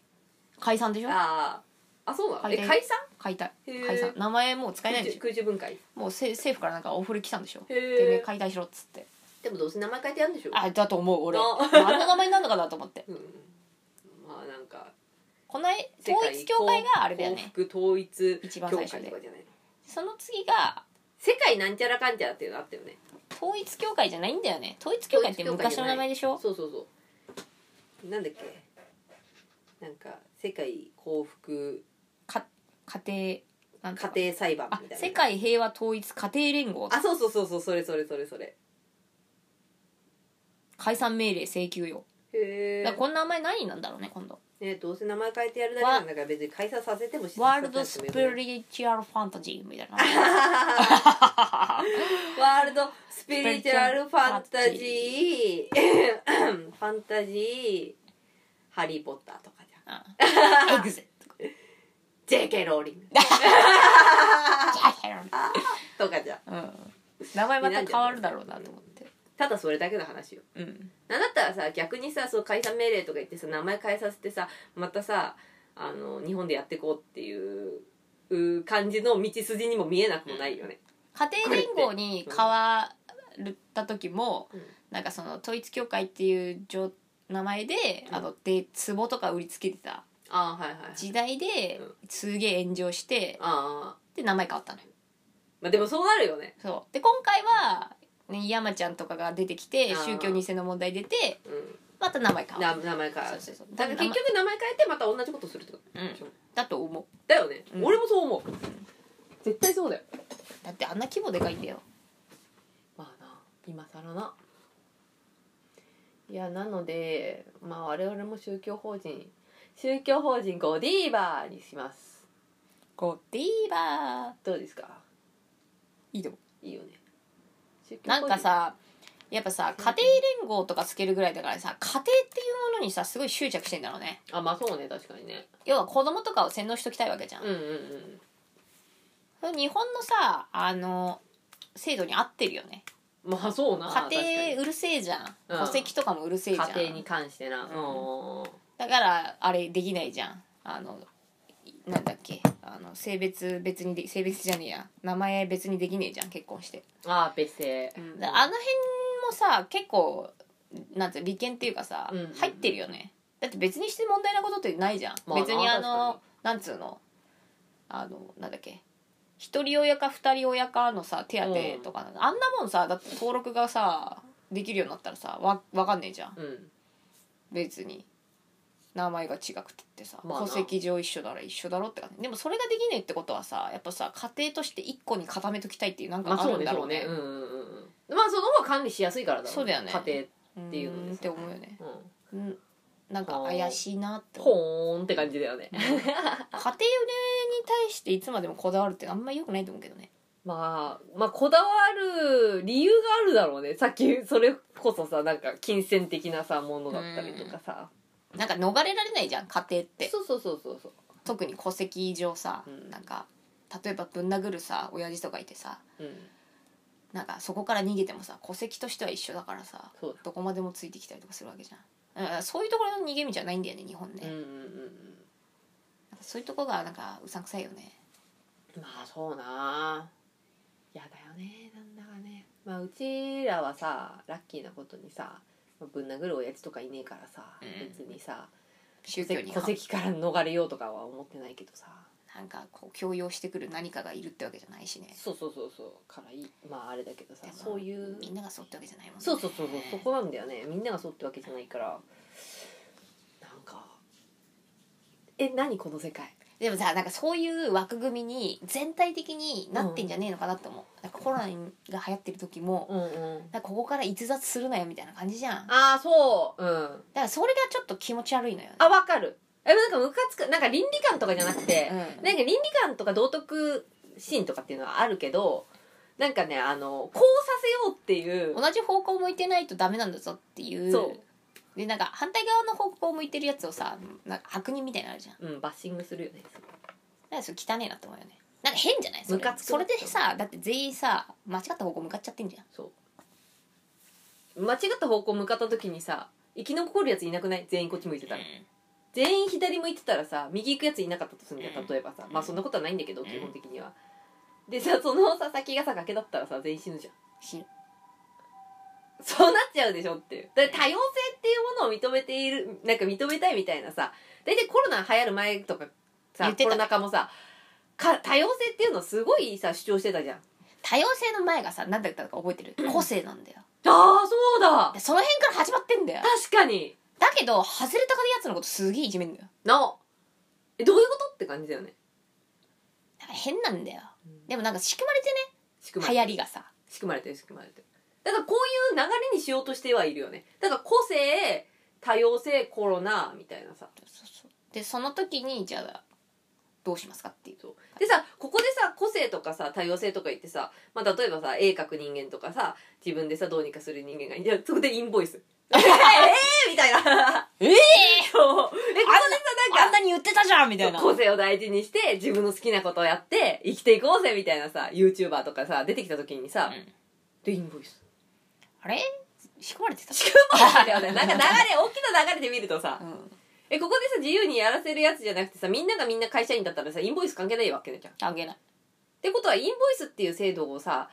解散でしょ
あーあそうなのえ
解体
解散
解体
へー
解散名前もう使えない
空
でし
中
ょ
空中分解
もうせ政府からなんかオフレ来たんでしょ
へ
でね
え
解体しろっつって
でもどうせ名前変えてやるんでしょ
あだと思う俺
な
あの名前になるのかなと思って
うんまあなんか
このえ統一教会があれだよね
幸福統一
一
教
番
会と
最
かじ
初
ゃ
で
ないの
その次が
世界なんちゃらかんちゃらっていうのあったよね
統一教会じゃないんだよね統一教会って昔の名前でしょ
そうそうそうなんだっけなんか世界幸福
か家庭なんと
家
か
庭裁判
あ
みたいな
世界平和統一家庭連合
あそうそうそうそうそれそれそれそれ
解散命令請求よ
へ
だからこの名前何になんだろうね今度
え、ね、どうせ名前変えてやるだけなんだから別に解散させてもし
ワールドスピ
させなくてもいいよね
リチュアルファンタジーみたいな
ワールドスピリチュアルファンタジーファンタジーハリー・ポッターとかじゃ
う
ん
んエグゼ
JK ローリングとかじゃん
うん名前また変わるだろうなと思って
ただそれだけの話よ
うん
なんだったらさ逆にさそう解散命令とか言ってさ名前変えさせてさまたさあの日本でやってこうっていうう感じの道筋にも見えなくもないよね、
家庭連合に変わった時も、
うん
なんかその統一教会っていう状名前で、
うん
あので壺とか売りつけてた
ああはいはいはい
時代で、
うん
すげえ炎上して
ああ
で名前変わったのよ
まあでもそうなるよね
そうで今回はね山ちゃんとかが出てきて
あー
宗教2世の問題出て
うん
また名前変わ
な
る
名前変え
そ
る
うそうそう
だから結局名前変えてまた同じことするってこと
うん
でしょ
だと思う
だよね、
うん
俺もそう思う絶対そうだよ
だってあんな規模でかいんだよ
まあな今更ないやなのでまあ我々も宗教法人宗教法人ゴディーバーにします
ゴディーバー
どうですか
いいと思
いいよね宗
う
教法
な
人
んかさやっぱさ家庭連合とかつけるぐらいだからさ家庭っていうものにさすごい執着してんだろうね
あまあそうね確かにね
要は子供とかを洗脳しときたいわけじゃん
うんうんうん
日本のさあの制度に合ってるよね
まあそうな
家
確
庭うるせえじゃん
うん
戸籍とかもうるせえじゃん
かに家庭に関してな、うん
だからあれできないじゃんあのいなんだっけあの性別別にで性別じゃねえや名前別にできねえじゃん結婚して、
ああ別姓、
だからあの辺もさ結構なんていうの利権っていうかさ、
うんうんうん
入ってるよねだって別にして問題なことってないじゃん、
まあな
別にあ
確
のなんつうのあのなんだっけ一人親か二人親かのさ手当とか、あんなもんさだって登録がさできるようになったらさわわかんねえじゃん
うん
別に名前が違くてってさ、
まあな
戸籍上一緒なら一緒だろって感じでもそれができねえってことはさやっぱさ家庭として一個に固めときたいっていうなん
ま
かあ
あそ
る
うんね
だ
そ
ろ
う
う
ね
ね
うんうんうんまあその方が管理しやすいからだろ
そうだよね
家
っ
っていうのでさ
って思うよね
庭、うん、
うんなんか怪しいなって思う
ほーんって感じだよね
家庭に対していつまでもこだわるってあんま良くないと思うけどね
まあまあこだわる理由があるだろうねさっきそれこそさなんか金銭的なさものだったりとかさ
なんか逃れられないじゃん家庭って
そうそうそうそうそう
特に戸籍上さ、
うん
なんか例えばぶん殴るさ親父とかいてさ
うん
なんかそこから逃げてもさ戸籍としては一緒だからさ
そう
どこまでもついてきたりとかするわけじゃんだからそういうところの逃げ道じゃないんだよね日本ね、
だうん
なん
う
か
んうん
そういうとこがなんかうさんくさいよね
うんまあそうなやだよねなんだかねまあうちらはさラッキーなことにさまあぶん殴るおやつとかいねえからさ、
うん
別にさ
宗教に
戸籍から逃れようとかは思ってないけどさ
なんかこう強要してくる何かがいるってわけじゃないしね
そうそうそうそうからいいまああれだけどさ
でも
そういう
みんながそうってわけじゃないもんね
そうそうそうそうそこなんだよねみんながそうってわけじゃないからなんかえ何この世界
でもさなんかそういう枠組みに全体的になってんじゃねえのかなって思う、なんかコロナが流行ってる時も、
うんうん
なんかここから逸脱するなよみたいな感じじゃんだか
ああそううん
らそれがちょっと気持ち悪いのよね
あわかるえなんかムカつくなんか倫理観とかじゃなくて、
うん
なんか倫理観とか道徳心とかっていうのはあるけどなんかねあのこうさせようっていう
同じ方向向いてないとダメなんだぞっていう
そ
でなんか反対側の方向向いてるやつをさなんか悪人みたいになのあるじゃん
う、うん、バッシングするよね
なんかそれ汚ねえなって思うよねなんか変じゃないそれ
ムカつく
それでさだって全員さ間違った方向向かっちゃってんじゃん
間違った方向向かった時にさ生き残るやついなくない全員こっち向いてたら
う
全員左向いてたらさ右行くやついなかったとするんだよ
うん
例えばさ、まあそんなことはないんだけ
ん
ど、基本的にはでさそのさ先がさ崖だったらさ全員死ぬじゃん
んし
そうなっちゃうでしょっていうだから多様性っていうものを認めているなんか認めたいみたいなさ大体コロナ流行る前とか
言
さ
って
コ
た
ロナ禍もさか多様性っていうのをすごいさ主張してたじゃん
多様性の前がさ何だったか覚えてる個性なんだよ
ああそうだ
でその辺から始まってんだよ
確かに
だけど外れたかでやつのことすげえいじめんだよ
なえどういうことって感じだよね
なんか変なんだよでもなんか仕組まれて
仕組ま
ね
れ
流行
て
りがさ
仕組まれてる仕組まれてるだからこういう流れにしようとしてはいるよねだから個性多様性コロナみたいなさ
そうそうでその時にじゃあどうしますかっていう
そうでさここでさ個性とかさ多様性とか言ってさ、まあ、例えばさ絵描く人間とかさ自分でさどうにかする人間がいやそこでインボイス えー、みたいな
ええ
そうえここで
あ
さ
ん
なんか
なに言ってたじゃんみたいな
個性を大事にして自分の好きなことをやって生きていこうぜみたいなさ YouTuber とかさ出てきた時にさ、
うん
でインボイス
あれ仕組まれてた
仕組まれてるよ ねなんか流れ大きな流れで見るとさ
うん
えここでさ自由にやらせるやつじゃなくてさみんながみんな会社員だったらさインボイス関係ないわけじゃん
関係ない
ってことはインボイスっていう制度をさ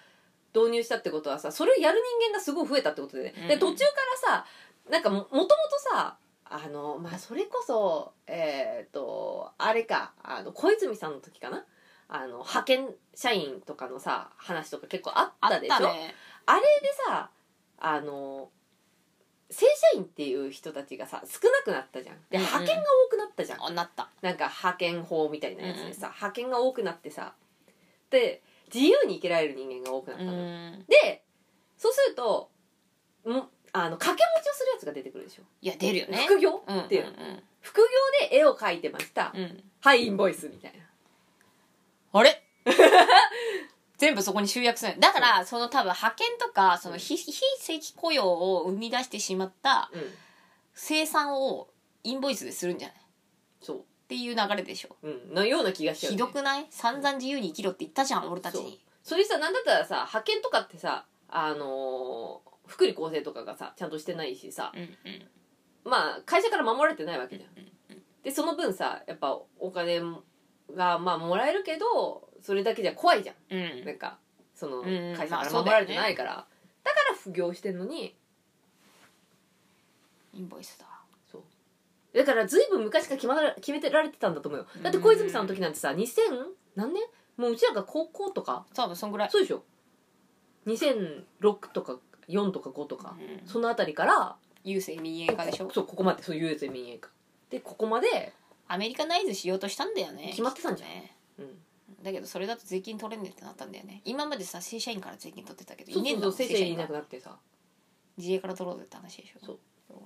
導入したってことはさそれをやる人間がすごい増えたってことでね、
うん
で途中からさなんかももともとさあのまあそれこそえっ、とあれかあの小泉さんの時かなあの派遣社員とかのさ話とか結構あ
あ
っ
った
でしょあ,、
ね
れでさあの正社員っていう人たちがさ少なくなったじゃんで
うんうん
派遣が多くなったじゃん、
あなった
なんか派遣法みたいなやつでさ、派遣が多くなってさで自由に生きられる人間が多くなっ
う
たのよ、
ん
でそうするともあの掛け持ちをするやつが出てくるでしょ、
いや出るよね
副業
うんうん
っていう副業で絵を描いてました、
うんうん
はいインボイスみたいな
あれ全部そこに集約するだからその多分派遣とかその非非正規雇用を生み出してしまった
うん
生産をインボイスでするんじゃないっ
そ
ていう流れでしょ
う、うん、のような気がしちゃう
ひ
よね、
どくない散々自由に生きろって言ったじゃん俺たちに
それさなんだったらさ派遣とかってさあのー福利厚生とかがさちゃんとしてないしさ
うんうん
まあ会社から守られてないわけじゃん
うん
でその分さやっぱお金がまあもらえるけどそれだけじゃ怖いじゃん
うん
なんかその
うん
会社か
まあ
ら
そう
守
だ
ら
よ
れ
ね
てないから、だから副業してんのに
インボイスだわ
だからずいぶん昔から決まら決めてられてたんだと思うよだって小泉さんの時なんてさ2000何年もううちらが高校とか
多分そんぐらい
そうでしょ2006とか4とか5とか、
うん
そのあたりから
郵政民営化でしょ
そうここまでそういうやつ民営化でここまで、
アメリカナイズしようとしたんだよね
決まってたんじゃ
き
ん
っとね
うん、
だけどそれだと税金取れねえってなったんだよね今までさ正社員から税金取ってたけど
そう
いねえ
そ
ん
う
だ
そ
も
うん
正
正社
社
員い
員
な
か
く
ら
なってさ
自営から取ろうぜって話でしょ
そう
要は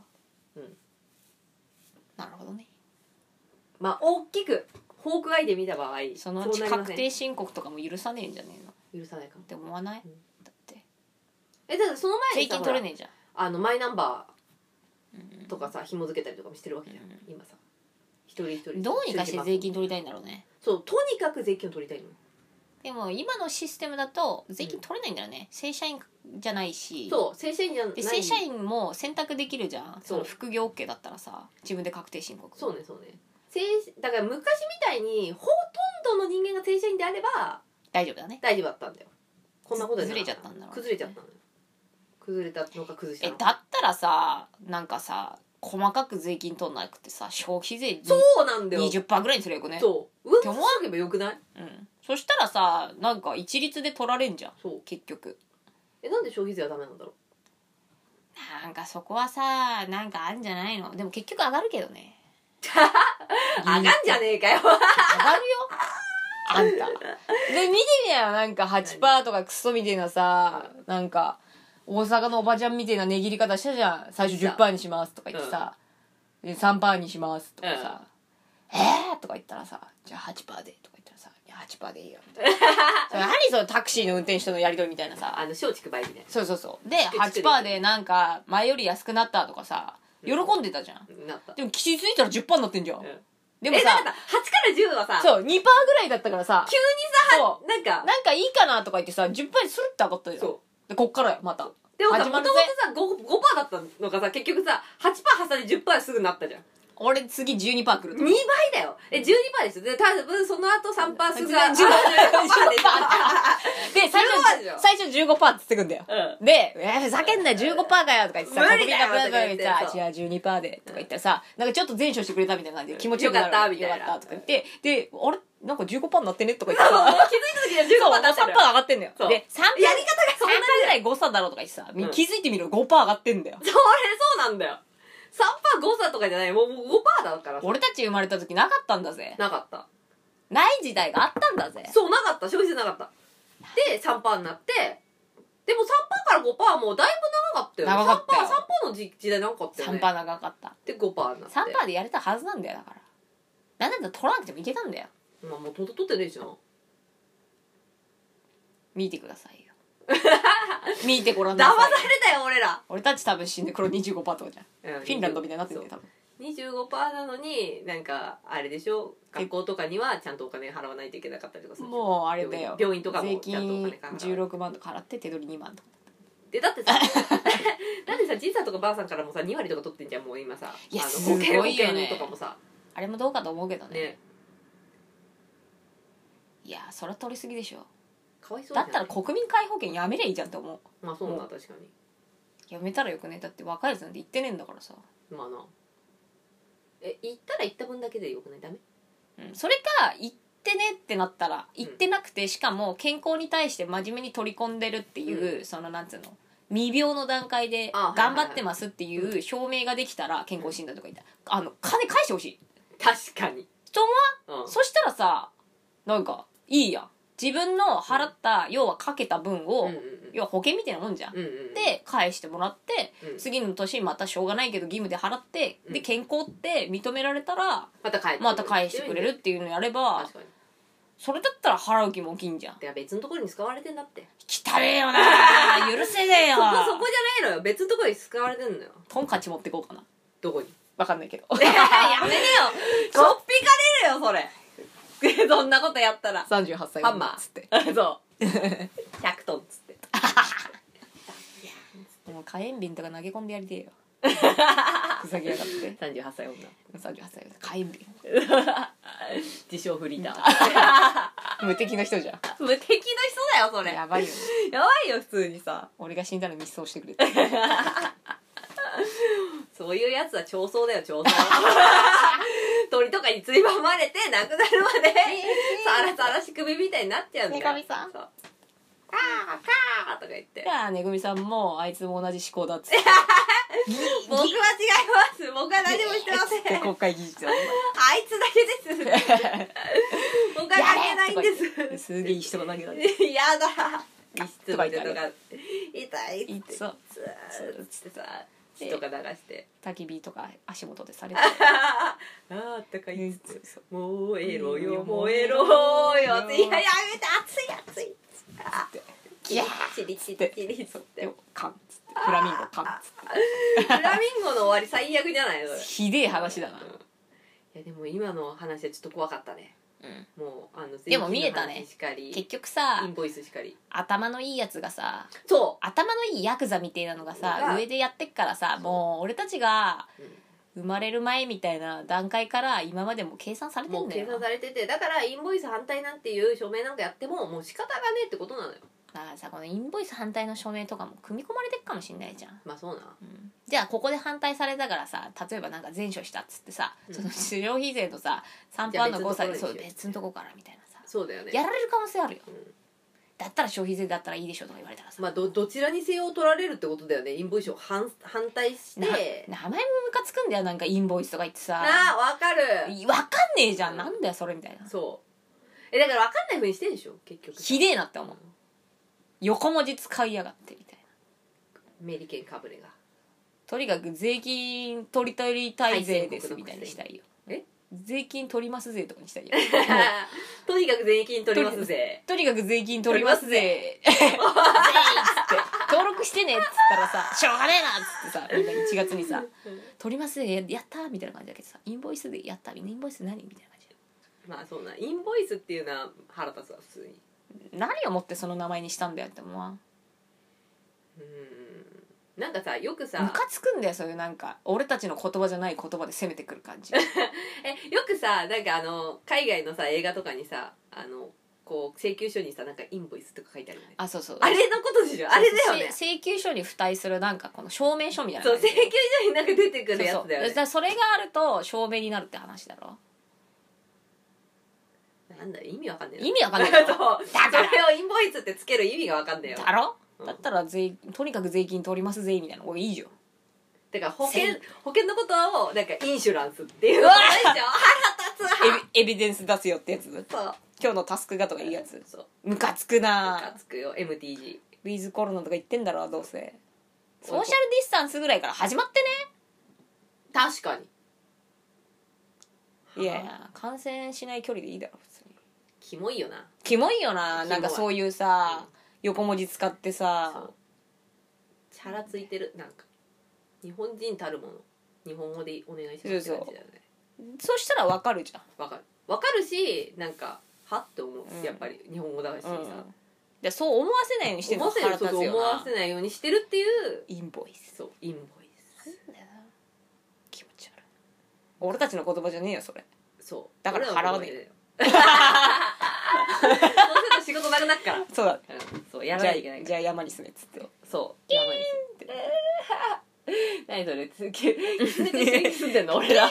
うん
なるほどね
まあ大きくフォークアイで見た場合
そのうち
うなりま
確
せん
定申告とかも許さねえんじゃねえのっ
許さないかも
て思わない、
うん
だって
えだってその
税
前にさ
金取れ
ほ
ねえじゃん
らあのマイナンバ
うん
ーとかさ紐付けたりとかもしてるわけじゃん、
うん
今さ一人一人
どうにかして税
収支
金取りたいんだろうね
バランスそうとにかく税金を取りたいの
でも今のシステムだと税金取れないんだよね、正社員じゃないし
そう正社員じゃない
で正社員も選択できるじゃんそ
そう
の副業 OK だったらさ自分で確定申告
そうねそうね正だから昔みたいにほとんどの人間が正社員であれば
大丈夫だね
大丈夫だったんだよこんなことにな
崩れ
ら
ち
な
ゃ
か
ったんだろうね
崩れちゃったのよ崩れたのか崩し
え
た
だ
の
っ
か
たらさなんかさ細かく税金取んなくてさ消費税
そうなんだよ
20%ぐらいにすればよくね
そう上乗せしとけばよくない
うん、そしたらさなんか一律で取られんじゃん
そう
結局
えなんで消費税はダメなんだろ
なんかそこはさなんかあんじゃないのでも結局上がるけど ね
うあがんじゃねえかよ
上がるよあんた で見てみなよなんか8%とかクソみたいなさなんか大阪のおばちゃんみたいな値切り方したじゃん最初10%にしますとか言ってさ、で3%にしますとかさ「えー!」とか言ったらさ「じゃあ8%で」とか言ったらさ「いや8%でいいよ」みたい なそれ何そのタクシーの運転手とのやり取りみたいなさ
あの松竹梅みたい
そうそうそうで
チクチク
8%でなんか前より安くなったとかさ喜んでたじゃん
ななった
でも気づいたら10%になってんじゃん、
うん
でも
えだから
さ
さ8から10はさ
そう2%ぐらいだったからさ
急にさ
そ
なんか
うなんかいいかなとか言ってさ10%にするって上がったじゃん
そう
でこっからよまた
でもさ
始ま
も
る
と
ぜ
もとさ 5%, 5だったのがさ結局さ8%挟んで10%すぐなったじゃん
俺次12%来る
2倍だよえ12%ですよで多分その後3%すぐ
10%
あ10%です
で最
15%でし
初
ょ
最初15%ってってくんだよ
うん
で「えーふざけんなよ15%かよ」とか言ってさ
無理だ
国民
よ
がブーブー言ってさ
とか
じゃあ12%で」とか言ったらさなんかちょっと前処してくれたみたいな感じで気持ちよくなる
よかったみたいな
よかったとか言ってで「あれなんか15%になってね」とか言って
もう
さ
気づいた時に
そう、
は15%だ
3%
ったの
上
よ
がってんだよ。
そう
で、3%
やり方がそんなに
ぐらい誤差だろうとか言ってさ、
うん
気づいてみろ、5%上がってんだよ。
それそうなんだよ3%誤差とかじゃないもうもう5%だからさ
俺たち生まれた時なかったんだぜ。
なかった
ない時代があったんだぜ。
そうなかった消費税なかったで3%になってでも3%から5%はもうだいぶ長かったよね
長かったよ
3%, 3%の時時代長かったよ
3%
ね
長かった。
で5%になって
3%でやれたはずなんだよ、だから。なんだったら取らなくてもいけたんだよ。
まあもうと取ってねえじゃん
見てくださ いよ。見てごらん
騙
なさ
さ
い。
れたよ俺ら
俺たち多分死んでこれ25%とかじゃん。
フ
フィンランドみたいになってるんだよ、
25%なのになんかあれでしょ学校とかにはちゃんとお金払わないといけなかったりとか
多
する
分。
でしょ
もうあれだよ。
病院とか
税
もちゃんとお
金
金から払う
16万とか払って手取り2万とか。
でだってさ だってさじいさんとかばあさんからもさ2割とか取ってんじゃんもう今さ
いや
あの
すごいよね
保険とかもさ
あれもどうかと思うけどね。
ね
いや、それは取りすぎでしょ。
かわいそうじ
だ
ゃん
ったら国民皆保険やめりゃいいじゃんって思う
まあそうだな確かに
やめたらよくねだって若いやつなんて言ってねえんだからさ、
まあなえ行ったら行った分だけでよくないダメ
うん、それか行っってねってなったら行ってなくてしかも健康に対して真面目に取り込んでるっていう、そのなんつうの未病の段階で
あはいはいは
頑
い
張ってますっていう表明ができたら健康診断とか言ったらあの金返してほしい
確かに
と思
うん
そしたらさなんかいいやん自分の払った要はかけた分を、
うんうん
要は保険みたいなもんじゃん、
うんうんうん
で返してもらって、
うん
次の年またしょうがないけど義務で払って、
うん
で健康って認められたら
また返ってくる
また返してくれるっていうのやれば
確かに
それだったら払う気も起きんじゃん
で別のところに使われてんだって
汚ねえよな 許せねえよ
そこそこじゃないのよ別のところに使われてんのよ
トンカチ持ってこうかな
ど こに
わかんない けど
やめ てよこっぴかれ るよそれそんなことやったら
38歳
ハンマー
つって
そう 100トンっつって
もう火炎瓶とか投げ込んでやりてえよ ふざけやがって
38歳女
38歳火炎瓶
自称フリーター
無敵の人じゃん
無敵の人だよそれ
やばいよね
やばいよ普通にさ
俺が死んだら密葬して くれて
そういうやつは調層だ よ調層鳥とかについばまれて亡くなるまでさらさらし首みたいになっちゃうんだよ
ねこみさん
そうカーカーとか言って
じゃあねぐみさんもあいつも同じ思考だっつって
僕は違います僕は何もしてま せ
つって
んあ
国会議事長
いつだけ です僕は関係ないんです
すげえいい人が投げられて
やだ密室までと
とか
か痛いっ
いっ
つっ
てつも
つーっつってさ血とか流して
焚き火とか足元でさ れて
あーあったかいっつって燃えろよ燃えろよいややめて熱い熱いあ
て
キャーチリチリチリっつって
でもカンっつってフラミンゴカンっつって
フラミンゴの終わり最悪じゃないのそれ
ひでえ話だな、
うんいやでも今の話はちょっと怖かったねもうあの
でも見えたね
税金の話しかり
結局
イ
さ
ンボイスしかり
頭のいいやつがさ
そ
頭のいいヤクザみたいなのがさ
が
上でやってっからさもう俺たちが
う
生まれる前みたいな段階から今までも計算されて
も
ん
う
だ
計
よ
算されててだからインボイス反対なんていう署名なんかやってももう仕方がねえってことなのよ
だからさこのインボイス反対の署名とかも組み込まれてくかもしんないじゃん
まあそうな
うんじゃあここで反対されたからさ例えばなんか前処したっつってさ、
うん
その使用費税のさ3%
じゃあ
の誤差で
別のところ
そう
にしよう
別のとこからみたいなさ、
そうだよね
やられる可能性あるよ
うん
だったら消費税だったらいいでしょとか言われたらさ、
まあ、どどちらにせよ取られるってことだよねインボイスを反反対して
な名前もムカつくんだよなんかインボイスとか言ってさ
ああわかる
いわかんねえじゃ
うんん
なんだよそれみたいな
そうえだからわかんないふうにしてんでしょ結局
ひでえなって思う横文字使いやがってみたいな
メリケンかぶれが
とにかく税金取り取りたい税ですみたいにしたいよ
え
税金取ります税とかに したいよ
とにかく税金取りますぜ
とにかく税金取ります ぜ。税っつって。登録してねっつったらさ、しょうがねえなっつってさ、みんな1月にさ、取りますぜ、やったーみたいな感じだけどさ、インボイスでやったみんなインボイス何みたいな感じで
まあそんなインボイスっていうのは腹立つわ普通に
何をもってその名前にしたんだよって思わん。
うんなんかさよく
ム
さ
カつくんだよ、そういうなんか、俺たちの言葉じゃない言葉で攻めてくる感じ。
えよくさなんかあの海外のさ映画とかにさあのこう請求書にさなんかインボイスとか書いて あるよね
あ、そうそう。
あれのことでしょあれだよね
せ請求書に付帯するなんかこの証明書みたいな
そう
感じ
請求書になんか出てくるや
そう
つだよ
そう
ね
だからそれがあると証明になるって話だろ
なんだよ意味わかんねえな
意味わかんない
そう
だ
それをインボイスってつける意味がわかんねえよ
ろ
うん
だったら税とにかく税金取りますぜみたいなおいいいじゃん
てか保険
せん
保険のことをなんかインシュランスっていう
うわ
ことでしょ腹立
エビエビデンス出すよってやつ今
つわ
日のタスクがとかいいやつ
そうそう
ムカつく
ム
な
カつくよ MTG
ウィズコロナとか言ってんだろどうせソ
そういうこと
ーシャルディスタンスぐらいから始まって
確かに
ねいやいや感染しない距離でいいだろ普通に
キモいよな
キモいよななんか
キモい
そういうさ横文字使ってさ
そうチャラついてるなんか日本人たるもの日本語でお願いしますって感じだよね
そしたらわかるじゃん
わかるわかるしなんかはって思う、
うん
やっぱり日本語だしさ、
うんでそう思わせないようにしてる
思
の
わせ
腹
る
立
人
つ
と思
よ
わ
な
せないようにしてるっていう
インボイス
そうインボイス
気持ち悪い俺たちの言葉じゃねえよそれ
そう
だから払わね
えそうすると仕事なくなっから、
そうだ
うん、そうやら
じ
な
ゃ
いといけない
あ
から
じゃあ山に住めっつって
そう山に住んで何それつけ狐と一緒に住んで んの俺ら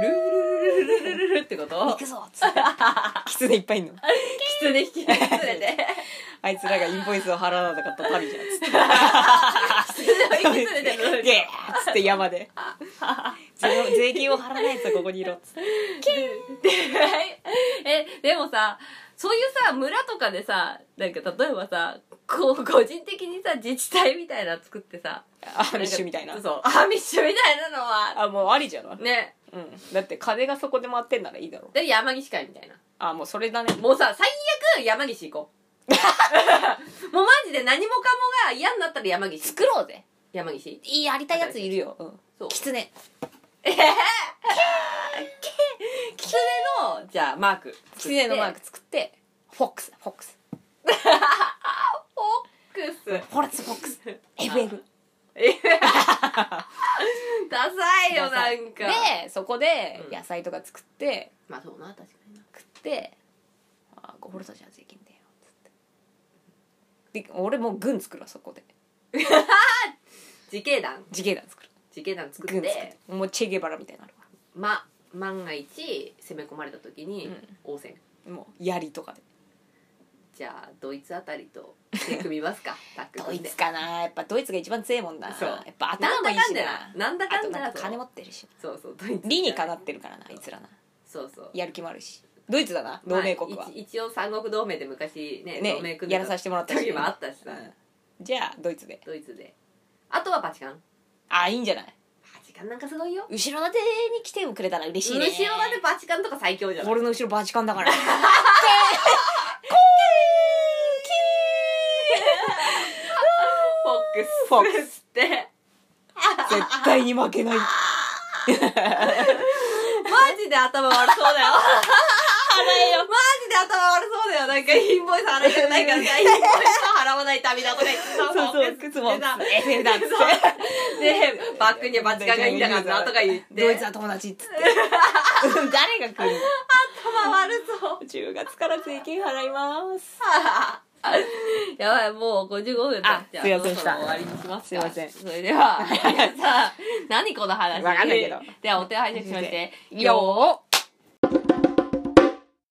ルルルルルルルルルってこと
行くぞっつ ってキツネいっぱいいんの
狐引き連れて
あいつらがインボイスを払わなかった旅じゃんっつって
狐引き連れて る
ゲーっつって山で税 税金を払わないやつはここにいろっつって
でえでもさそういうさ村とかでさなんか例えばさこう個人的にさ自治体みたいなの作ってさ
アーミッシュみたいな
そうアーミッシュみたいなのは
あもうありじゃない、
ね
うん、だって金がそこで回ってんならいいだろ
で山岸会みたいな
あもうそれだね
もうさ最悪山岸行こ うもうマジで何もかもが嫌になったら山岸
作ろうぜ
山岸
いいやりたいやついるよ、うん、
そう
キツネ
狐のじゃあマーク
キツネのマーク作ってフォックスフォックス
クッス
ホラツフォックス FF
ダサいよなんか
でそこで
うん
野菜とか作って、
まあそうな確かにな
食ってあゴールドじゃ税金だよつってで俺もう軍作るわそこで
自警団
自警団作る
自警団作っ
軍作
て
るもうチェゲバラみたいになる
ま万が一攻め込まれた時に
うん
応戦、
わもう槍とかで
じゃあドイツあたりと手組みますかタッ グ
ド
組
イ
んで
ツかなやっぱドイツが一番強いもんなや
そう
っぱ
な
頭
ん
も
だ
いい
かん
し
だ
な
ななんだ
あ
か
と
ん
な
だ
んか金持
そう
ってるし
そうそうドイツ
理にかなってるからなあいつらな
そうそう
やる気もあるしドイツだな同盟国
ま
は
あ、一一応三国同盟で昔ね同盟
ね
組ん
や
で
らさせてもらったし
時もあったしさ、
うんじゃあドイツで
ドイツであとはバチカン
あいいんじゃない
バチカンなんかすごいよ
後ろ盾に来てくれたら嬉しい
後ろ
ね
だってバチカンとか最強じゃん
俺の後ろバチカンだからこー
フォックスフォックスって
キー絶対に負けない
マジで頭悪そう だよ。払えよ。マジで頭悪そうだよ。なんか、インボイス払いたくな いからさ、インボイス払わない旅だとか言ってさ、
靴も FF だっつって
で、バックにはバチカンがいいんだからなとか言って。
ドイツは友達っつって 誰が来 る
頭悪そう。
の10月から税金払います
やばい、もう55分だ
あすいませんでした
終わりにしますか
すいません
それでは、皆さん、何この話
わかんないけど
では、お手を拝借しまして、
よー